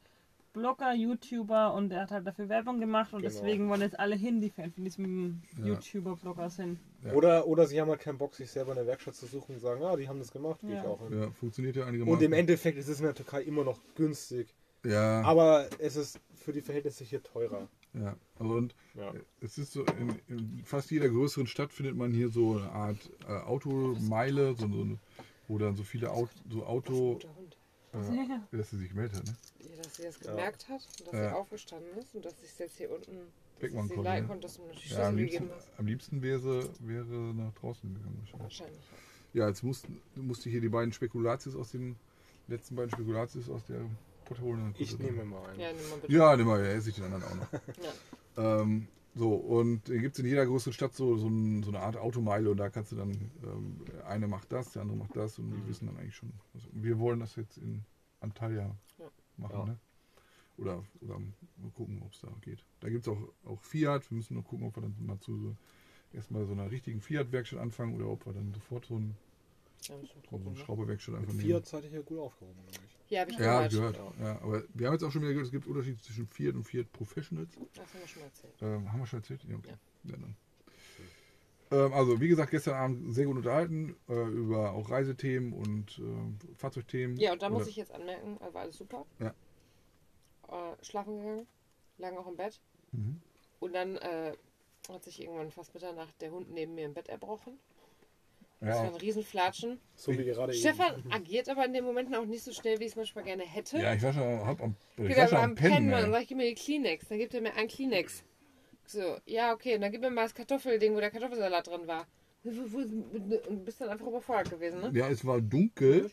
Blogger, YouTuber und er hat halt dafür Werbung gemacht und Genau. deswegen wollen jetzt alle hin, die Fan von diesem Ja. YouTuber-Blogger sind. Ja. Oder, oder sie haben halt keinen Bock, sich selber eine Werkstatt zu suchen und sagen, ah, die haben das gemacht, gehe ich Ja. auch hin. Ja, funktioniert ja einigermaßen. Und im Endeffekt ist es in der Türkei immer noch günstig, Ja, aber es ist für die Verhältnisse hier teurer. ja. Also und Ja. es ist so, in, in fast jeder größeren Stadt findet man hier so eine Art äh, Automeile, so, so eine, wo dann so viele Auto, so Auto. guter Hund. Äh, dass sie sich gemeldet hat, ne? Ja, dass sie das gemerkt hat und dass Ja. sie aufgestanden ist und dass ich es jetzt hier unten dass Wegmachen ich sie konnte, leiten ne? konnte, dass du mir natürlich Ja, am Schlüssel liebsten, gegeben hast. am liebsten wäre, sie- wäre sie nach draußen gegangen. wahrscheinlich. Wahrscheinlich. Ja, jetzt mussten, musste ich hier die beiden Spekulatius aus den letzten beiden Spekulatius aus der Potte holen. Dann Ich konnte nehme mal einen. Ja, nimm mal bitte. Ja, nimm mal, ja, esse ich den anderen auch noch. Ja. ähm, so, und dann gibt es in jeder großen Stadt so, so, ein, so eine Art Automeile und da kannst du dann, ähm, eine macht das, der andere macht das und die wissen dann eigentlich schon. Also, wir wollen das jetzt in Antalya Ja. machen, Ja. ne? Oder, oder mal gucken, ob es da geht. Da gibt es auch, auch Fiat, wir müssen noch gucken, ob wir dann mal zu so, erstmal so einer richtigen Fiat-Werkstatt anfangen oder ob wir dann sofort so, ein, Ja, müssen wir so gucken, eine ne? Schrauberwerkstatt einfach Mit Fiat seid ihr hier gut aufgehoben, glaube ich. Ja, hab ich Ja, hab ja, ich gehört. gehört. Ja, aber wir haben jetzt auch schon wieder gehört, es gibt Unterschiede zwischen Fiat und Fiat Professionals. Das haben wir schon mal erzählt. Ähm, haben wir schon erzählt? Ja, okay. Ja. Ja, dann. Ähm, also, wie gesagt, gestern Abend sehr gut unterhalten äh, über auch Reisethemen und äh, Fahrzeugthemen. Ja, und da muss Oder- ich jetzt anmerken, also war alles super. Ja. Äh, schlafen gegangen, lag auch im Bett. Mhm. Und dann äh, hat sich irgendwann fast Mitternacht der Hund neben mir im Bett erbrochen. Das war ein Ja, Riesenflatschen. So wie gerade eben. Stefan agiert aber in den Momenten auch nicht so schnell, wie ich es manchmal gerne hätte. ja, ich war schon, hab am, ich Ich war dann schon am Pennen. Mann. Dann ey. sag ich, gib mir die Kleenex. Dann gibt er mir ein Kleenex. So, ja, okay. Und dann gib mir mal das Kartoffelding, wo der Kartoffelsalat drin war. Und bist dann einfach überfordert gewesen, ne? Ja, es war dunkel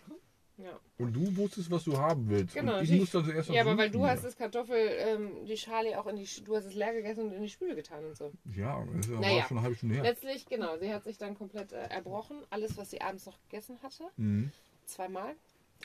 Ja. und du wusstest, was du haben willst. Genau, und ich natürlich. musste also erst noch Ja, aber weil suchen du hast wieder. das Kartoffel, ähm, die Schale auch in die, Sch- du hast es leer gegessen und in die Spüle getan und so. Ja, das war Naja. schon eine halbe Stunde her. Letztlich, genau, sie hat sich dann komplett äh, erbrochen. Alles, was sie abends noch gegessen hatte, Mhm. zweimal.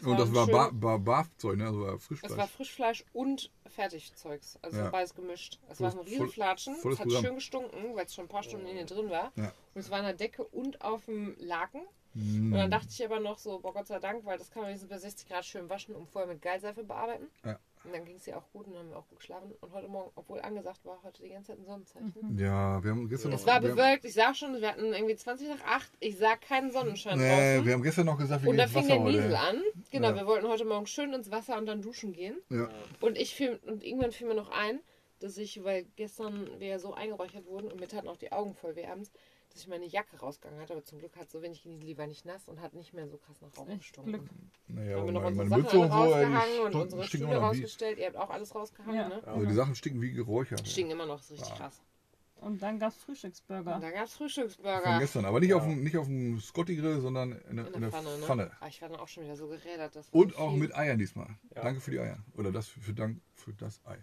Und das ein war schön- Bar- Bar- Barfzeug, ne? Also war Frischfleisch. Es war Frischfleisch und Fertigzeugs. Also Ja. es war beides gemischt. Es war Volles- ein voll- Riesenflatschen. volles es hat Programm. schön gestunken, weil es schon ein paar Stunden in ihr drin war. Ja. Und es war an der Decke und auf dem Laken. Mhm. Und dann dachte ich aber noch so, boah Gott sei Dank, weil das kann man wenigstens bei 60 Grad schön waschen und vorher mit Geilseife bearbeiten. Ja. Und dann ging es ihr auch gut und dann haben wir auch gut geschlafen. Und heute Morgen, obwohl angesagt war, heute die ganze Zeit ein Sonnenzeichen. Mhm. ja, wir haben gestern Es noch. war wir haben, bewölkt, ich sah schon, wir hatten irgendwie 20 nach 8, ich sah keinen Sonnenschein nee, draußen. wir haben gestern noch gesagt, wir Und gehen dann ins fing Wasser heute. der Niesel an. Genau, Ja. wir wollten heute Morgen schön ins Wasser und dann duschen gehen. Ja. Und ich fiel, und irgendwann fiel mir noch ein, dass ich, weil gestern wir ja so eingeräuchert wurden und mir taten auch die Augen voll weh abends, dass ich meine Jacke rausgegangen hatte, aber zum Glück hat so wenig Genießel, die war nicht nass und hat nicht mehr so krass nach Rauch Echt gestunken. Glück. Naja, Haben wir aber noch meine, meine unsere Sachen Mütze und alle so, rausgehangen ey, und die unsere stinken Stühle immer noch wie. rausgestellt. Ihr habt auch alles rausgehangen, Ja. ne? Also die Sachen stinken wie Geräucher. Stinken immer noch, ist richtig Ja. krass. (laughs) Und dann gab es Frühstücksburger. Und da gab es Von Frühstücksburger. gestern, aber nicht Ja. auf dem, nicht auf dem Scotty-Grill, sondern in, der- in der Pfanne. Ne? Ah, ich war dann auch schon wieder so gerädert. Das war Und so auch viel. mit Eiern diesmal. Ja. Danke für die Eier. Oder das für, für Dank für das Ei.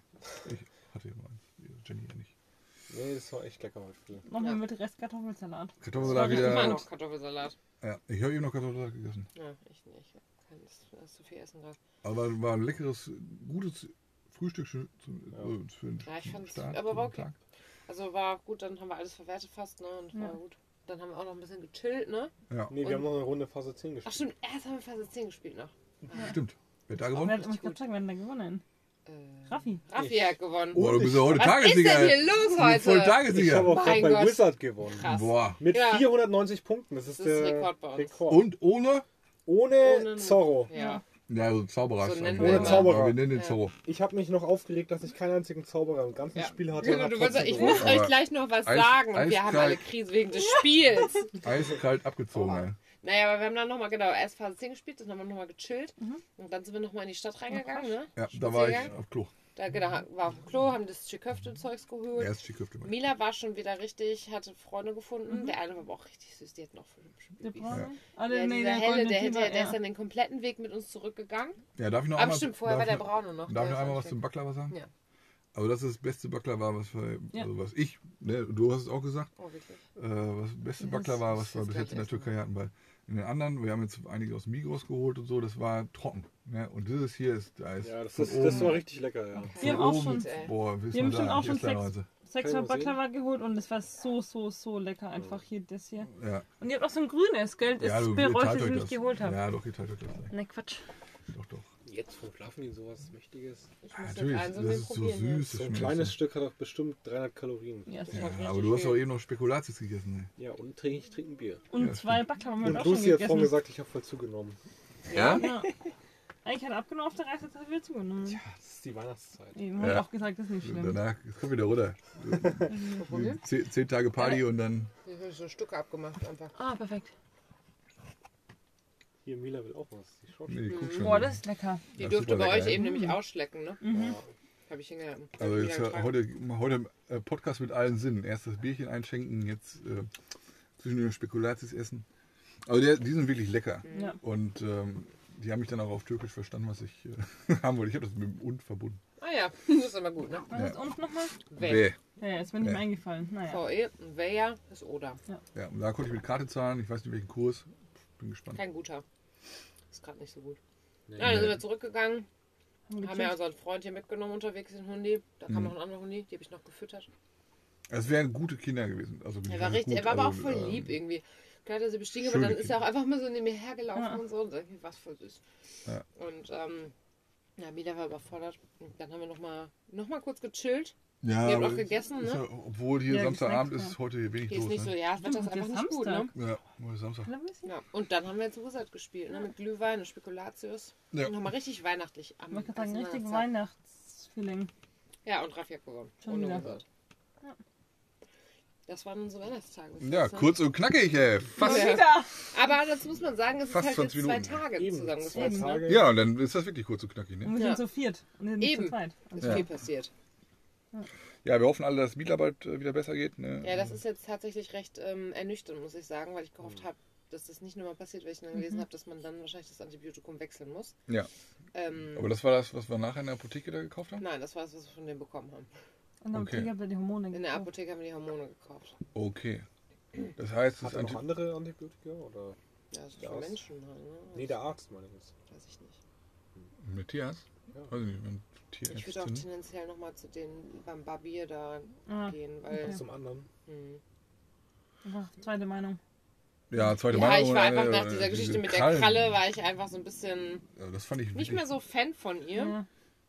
Ich hatte ja mal eins. Jenny ja nicht. Nee, das war echt lecker heute früh. Nochmal Ja. mit Restkartoffelsalat. Kartoffelsalat Ich immer wieder. noch Kartoffelsalat. Ja, ich habe eben noch Kartoffelsalat gegessen. Ja, ich nicht. Ich kann das, das ist zu viel essen gerade. Aber war ein leckeres, gutes Frühstück für, zum, Ja. äh, für den Ja, ich fand's- Start, aber für war den okay. Tag. Also war gut, dann haben wir alles verwertet fast, ne? Und war Ja. gut. Dann haben wir auch noch ein bisschen gechillt, ne? Ja, Nee, wir Und- haben noch eine Runde Phase 10 Ach gespielt. stimmt, erst haben wir Phase 10 gespielt noch. stimmt. Wer hat da Wer gewonnen? hat, ich gut. gerade sagen, wer hat denn da gewonnen? Äh, Raffi. Raffi hat gewonnen. Oh, Boah, du bist ja heute Was Tagessieger. ist denn hier los Du bist Voll heute? ich Tagessieger. habe auch Mein gerade bei Gott. Wizard gewonnen. Krass. Boah. Mit Ja. 490 Punkten. Das ist, Das ist der Rekord bei uns. Rekord. Und ohne? Ohne, Ohne- Zorro. Ja. Ja, also Zauberer. So ist nennen schon- wir ihn. Zauberer. Aber Wir nennen den Ja. Zorro. Ich habe mich noch aufgeregt, dass ich keinen einzigen Zauberer im ganzen ja. Spiel hatte. und Genau, hab du willst, trotzdem ich gewonnen. muss euch Aber gleich noch was eis- sagen und wir haben eiskalt. alle Krise wegen des Spiels. Eiskalt abgezogen. Oh. ey. Naja, aber wir haben dann nochmal, genau, erst Phase 10 gespielt, dann haben wir nochmal gechillt und dann sind wir nochmal in die Stadt reingegangen, ne? Ja, da war ich Spaziergang. auf Klo. Da genau, war auf dem Klo, haben das Schiköfte-Zeugs geholt. Er ist schick gemacht. Mila war schon wieder richtig, hatte Freunde gefunden. Der eine war aber auch richtig süß, die hat noch fünf Der Babys. braune? Ah, Ja, dieser helle, goldene der, hätte, Tiber, der ja. ist dann den kompletten Weg mit uns zurückgegangen. Ja, darf ich noch Aber einmal, stimmt, vorher war darf ich der noch- braune noch. Darf ich der noch ist einmal auch was weg. zum Baklava sagen? Ja. Aber das ist das beste Baklava, was wir, Ja. also was ich, ne, du hast es auch gesagt, Oh, wirklich? äh, was das beste Ja, Baklava, das was ist wir das bis jetzt in der gleiche Türkei hatten, weil in den anderen, wir haben jetzt einige aus Migros geholt und so, das war trocken. Ne? Und dieses hier ist, da ist Ja, das, von ist, das oben- war richtig lecker, ja. Okay. Wir von haben auch oben- schon- Ey. Boah, wir Wir haben schon auch schon Leute. Sechsmal Kann ich mal sehen? Baklava geholt und es war so, so, so lecker einfach hier, das hier. Ja, Und ihr habt auch so ein grünes, gell? Das ja du, ihr bereut, teilt dass ich euch nicht das. geholt habe. Ja, doch, ihr teilt euch das. ey. Ne, Quatsch. Doch, doch. Jetzt vom Schlafen sowas Mächtiges. Ich Ja, muss natürlich, jetzt einen das so mit ist so probieren. ne? süß. das So ein schmeckt kleines so. Stück hat auch bestimmt 300 Kalorien. Ja, Ja, sicher. richtig aber du hast auch viel. eben noch Spekulatius gegessen. ne? ey. Ja, und trinke ich trinke ein Bier. Und Ja, zwei Baklava haben Und wir auch schon Lucy hat gegessen. vorhin gesagt, ich habe voll zugenommen. Ja? ja. Eigentlich hat er abgenommen auf der Reise, jetzt hat er wieder zugenommen. Ja. Ah, Das ist die Weihnachtszeit. Eben, haben Ja. wir auch gesagt, das ist nicht schlimm. Danach, es kommt wieder runter. Probieren? Zehn, zehn Tage Party und dann. Ich habe so Stücke abgemacht einfach. Ah, perfekt. Hier, Mila will auch was. Die schaut Nee, guck schon. Boah, das ist lecker. Die Das ist durfte super bei lecker, euch ja. eben nämlich ausschlecken, ne? ja. Habe ich hingehalten. Hab Also ich jetzt, wieder äh, getragen. heute, heute äh, Podcast mit allen Sinnen. Erst das Bierchen einschenken, jetzt äh, zwischendurch Spekulatius essen. Aber der, die sind wirklich lecker. Ja. Und ähm, die haben mich dann auch auf Türkisch verstanden, was ich äh, (laughs) haben wollte. Ich habe das mit dem Und verbunden. Ah ja, (laughs) das ist immer gut, ne? Was ist uns nochmal? Wer? Ja, ja, ist mir nicht Bäh. mehr eingefallen. Naja. VE, wer ist Oder. Ja, und da konnte ich mit Karte zahlen. Ich weiß nicht, welchen Kurs. Bin gespannt. Kein guter. Ist gerade nicht so gut. Nee. Ja, dann sind wir zurückgegangen, haben ja Haben unseren Freund hier mitgenommen unterwegs, den Hundi. Da Mhm. kam noch ein anderer Hundi, die habe ich noch gefüttert. Es wären gute Kinder gewesen. Also, Er war richtig, er war aber auch voll ähm, lieb irgendwie. Klar hat er sie bestiegen, aber schöne dann ist er auch Kinder. einfach mal so neben mir hergelaufen Ja. und so. Und irgendwie war es voll süß. Ja. Und ähm, ja, Mila war überfordert. Und dann haben wir nochmal noch mal kurz gechillt. Ja, Wir haben aber auch gegessen, Ähm, ist ne? ja- Obwohl hier Ja, Samstagabend Snacks, ist ja. heute hier wenig Hier los. ist nicht so, ne? ja, das Wetter ist Stimmt, einfach hier nicht ist gut, ne? Samstag. Ja, heute ist Samstag. wir Ja, und dann haben wir jetzt Wizard gespielt, ne? Mit Glühwein und Spekulatius. Ja. Ja. Nochmal richtig weihnachtlich. Am Ich wollte gerade sagen, ersten richtig Weihnachtstag. Weihnachtsfeeling. Ja, und Raffi hat gewonnen. Schon ohne wieder. Wizard. Ja. Das waren unsere Weihnachtstage. Ja, kurz und knackig, ey. Fast. Ja. Wieder! Aber dazu muss man sagen, es ist Fast halt jetzt 20 zwei Minuten. Tage Eben, zwei zusammengefasst. Ne? Tage. Ja, und dann ist das wirklich kurz und knackig, Und ne? wir sind Ja. zu viert. Und wir sind Eben. zu zweit. Also Ist Ja. viel passiert. Ja, wir hoffen alle, dass Mietler bald äh, wieder besser geht, ne? Ja, das ist jetzt tatsächlich recht ähm, ernüchternd, muss ich sagen, weil ich gehofft Mhm. habe, dass das nicht nur mal passiert, weil ich dann Mhm. gelesen habe, dass man dann wahrscheinlich das Antibiotikum wechseln muss. Ja. Ähm, Aber das war das, was wir nachher in der Apotheke da gekauft haben? nein, das war es, was wir von dem bekommen haben. Und dann Okay. okay. habt ihr die Hormone In der gekauft. Apotheke haben wir die Hormone gekauft. Okay. Das heißt, das Hat er noch Anti- andere Antibiotika? Oder? Ja, das ist Ja, für das- Menschen halt, ne? Nee, der Arzt meine ich jetzt. Weiß ich nicht. mit Tierarzt? Ja. Weiß ich nicht, mit Ich würde auch Tierärztin. tendenziell nochmal zu den beim Barbier da Ah, gehen, weil. Was zum anderen? Hm. einfach zweite Meinung. Ja, zweite Ja, Meinung. ich war äh, einfach nach äh, dieser diese Geschichte mit der Krallen. Kralle, war ich einfach so ein bisschen Ja, Das fand ich nicht wirklich- mehr so Fan von ihr. Ja.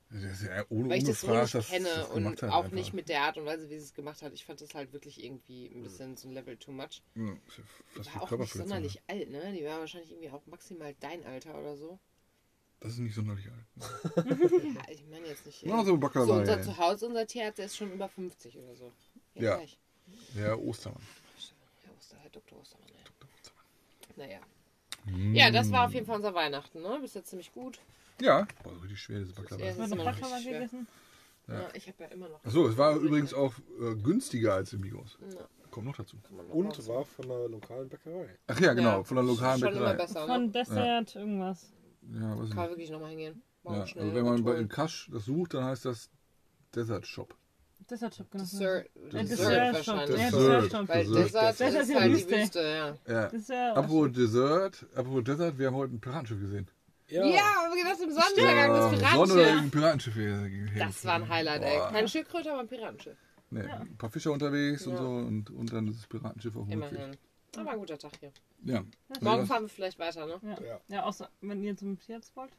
Das ist ja ohne weil ich das so ungefragt, nicht dass kenne das und gemacht hat auch einfach. nicht mit der Art und Weise, wie sie es gemacht hat. Ich fand das halt wirklich irgendwie ein bisschen so ein Level too much. Hm, das ist Die fast war wie auch nicht Körperverletzung. sonderlich alt, ne? Die war wahrscheinlich irgendwie auch maximal dein Alter oder so. Das ist nicht sonderlich alt. Ja, ich meine jetzt nicht. äh, Nur noch so ein so Baklava. unser ey. Zuhause, unser Tierarzt, der ist schon über 50 oder so. Ja. gleich. Ja, Ostermann. Herr Oster, Herr Dr. Ostermann. Ey. Naja. Ja, das war auf jeden Fall unser Weihnachten, ne? Bis jetzt ziemlich gut. Ja. Boah, so richtig schwer, dieses Baklava. Ja, Haben wir immer noch noch richtig Baklava schwer. gegessen? Ja, ich habe ja immer noch. Achso, es war übrigens auch äh, günstiger als im Migros. Ja, Kommt noch dazu. kann man noch raus. Und war von einer lokalen Bäckerei. Ach ja, genau, Ja, von der lokalen schon immer Bäckerei. besser. Ne? Von Dessert irgendwas. Ja, weiß ich Kann nicht. wirklich nochmal hingehen. ja, Morgen schnell. also wenn man bei, abholen. in Kasch das sucht, dann heißt das Desert Shop. Dessert Shop, genau. Dessert, Äh, Dessert, Dessert Shop. wahrscheinlich. Ja, Dessert. Dessert Shop. Weil Dessert. Dessert, Dessert ist, ist ja halt die Wüste. Wüste, ja. Ja. Dessert. Apropos Dessert, apropos Dessert, wir haben heute ein Piratenschiff gesehen. Ja, aber das im Sonnenuntergang, Ja, das Sonne oder Piratenschiff. ein Piratenschiff. hier- hier- Das war ein Highlight, ey. Boah. Kein Schildkröte, aber ein Piratenschiff. Nee, Ja. Ein paar Fischer unterwegs und Ja. so und, und dann das Piratenschiff auf dem Rückweg. Immerhin. Aber ein guter Tag hier. Ja. Morgen Also, fahren wir vielleicht weiter, ne? Ja. Ja. ja, außer wenn ihr zum Tierarzt wollt.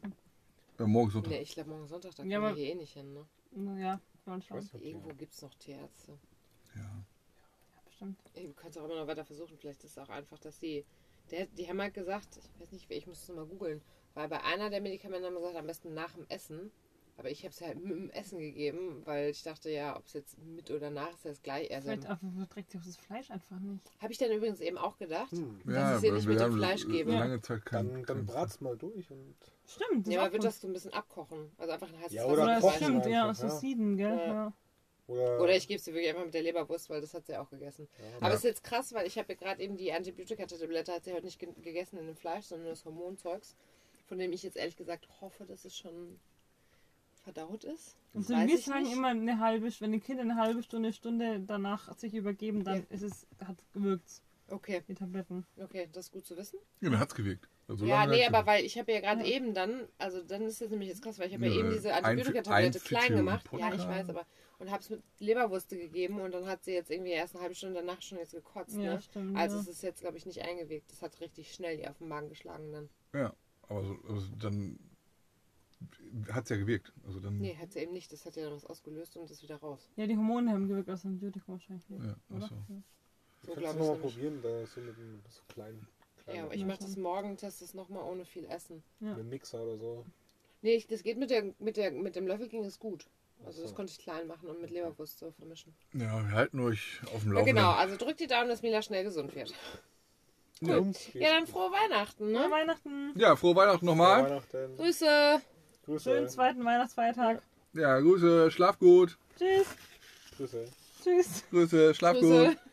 ja, morgen Sonntag. Nee, ich glaube morgen Sonntag, da Ja, kommen wir aber- hier eh nicht hin, ne? Ja, kann man Ich weiß schauen. nicht, ob die- Irgendwo gibt es noch Tierärzte. Bestimmt. Ey, Du kannst auch immer noch weiter versuchen, vielleicht ist es auch einfach, dass sie. Der, die haben halt gesagt, ich weiß nicht, ich muss es nochmal googeln, weil bei einer der Medikamente haben wir gesagt, am besten nach dem Essen. Aber ich habe es halt mit dem Essen gegeben, weil ich dachte ja, ob es jetzt mit oder nach ist, das gleich. Also, Vielleicht einfach verträgt sich das Fleisch einfach nicht. habe ich dann übrigens eben auch gedacht. Hm. Dass es hier nicht mit dem Fleisch l- geben. lange Zeit kein... Dann, kein- dann brat's mal durch und. Stimmt. Ja, ist aber auch wird gut. das so ein bisschen abkochen. Also einfach ein heißes Ja, Wasser oder Oder mit das kochen rein. stimmt, ja, einfach, so ja. Sieden, gell? Ja. Ja. Oder, Oder ich gebe sie wirklich einfach mit der Leberwurst, weil das hat sie ja auch gegessen. Ja. Aber Ja. es ist jetzt krass, weil ich habe ja gerade eben die Antibiotika-Tablette hat sie heute nicht ge gegessen in dem Fleisch, sondern das Hormonzeugs, von dem ich jetzt ehrlich gesagt hoffe, dass es schon verdaut ist. Also Weiß wir ich sagen nicht. immer eine halbe, St- wenn die Kinder eine halbe Stunde, Stunde danach sich übergeben, dann Ja. ist es, hat gewirkt, Okay, die Tabletten. okay, das ist gut zu wissen. Ja, dann hat's gewirkt. Also so ja, lange nee, hat's aber weil ich habe ja gerade Ja. eben dann, also dann ist das nämlich jetzt krass, weil ich habe Nö, ja eben diese ein- Antibiotika-Tablette ein klein Video im gemacht. Ja, ich Podcast. weiß, aber und habe es mit Leberwurste gegeben und dann hat sie jetzt irgendwie erst eine halbe Stunde danach schon jetzt gekotzt. Ja, ne? stimmt. Also ja. es ist jetzt, glaube ich, nicht eingewegt. Das hat richtig schnell die auf den Magen geschlagen dann. Ja, aber, so, aber so- dann hat's ja gewirkt. Also dann... Nee, hat sie eben nicht. Das hat ja dann was ausgelöst und ist wieder raus. ja, die Hormone haben gewirkt aus dem Antibiotikum wahrscheinlich. Ja, Oder? achso. So glaube kannst du ich nochmal nämlich. probieren, da so mit einem so kleinen, kleinen Ja, aber ich mache das morgen, teste es nochmal ohne viel Essen. mit einem Mixer oder so. Nee, ich, das geht mit, der, mit, der, mit dem Löffel ging es gut. Also das so. konnte ich klein machen und mit Leberwurst so vermischen. Ja, wir halten euch auf dem Ja, Laufenden. genau, also drückt die Daumen, dass Mila schnell gesund wird. Ja. Und Ja, dann frohe Weihnachten, Frohe ne? Weihnachten! Ja, frohe Weihnachten nochmal. Weihnachten. Grüße! Grüße. Schönen zweiten Weihnachtsfeiertag. Ja, Grüße, schlaf gut. Tschüss! Grüße. Tschüss! Grüße, schlaf Grüße! gut.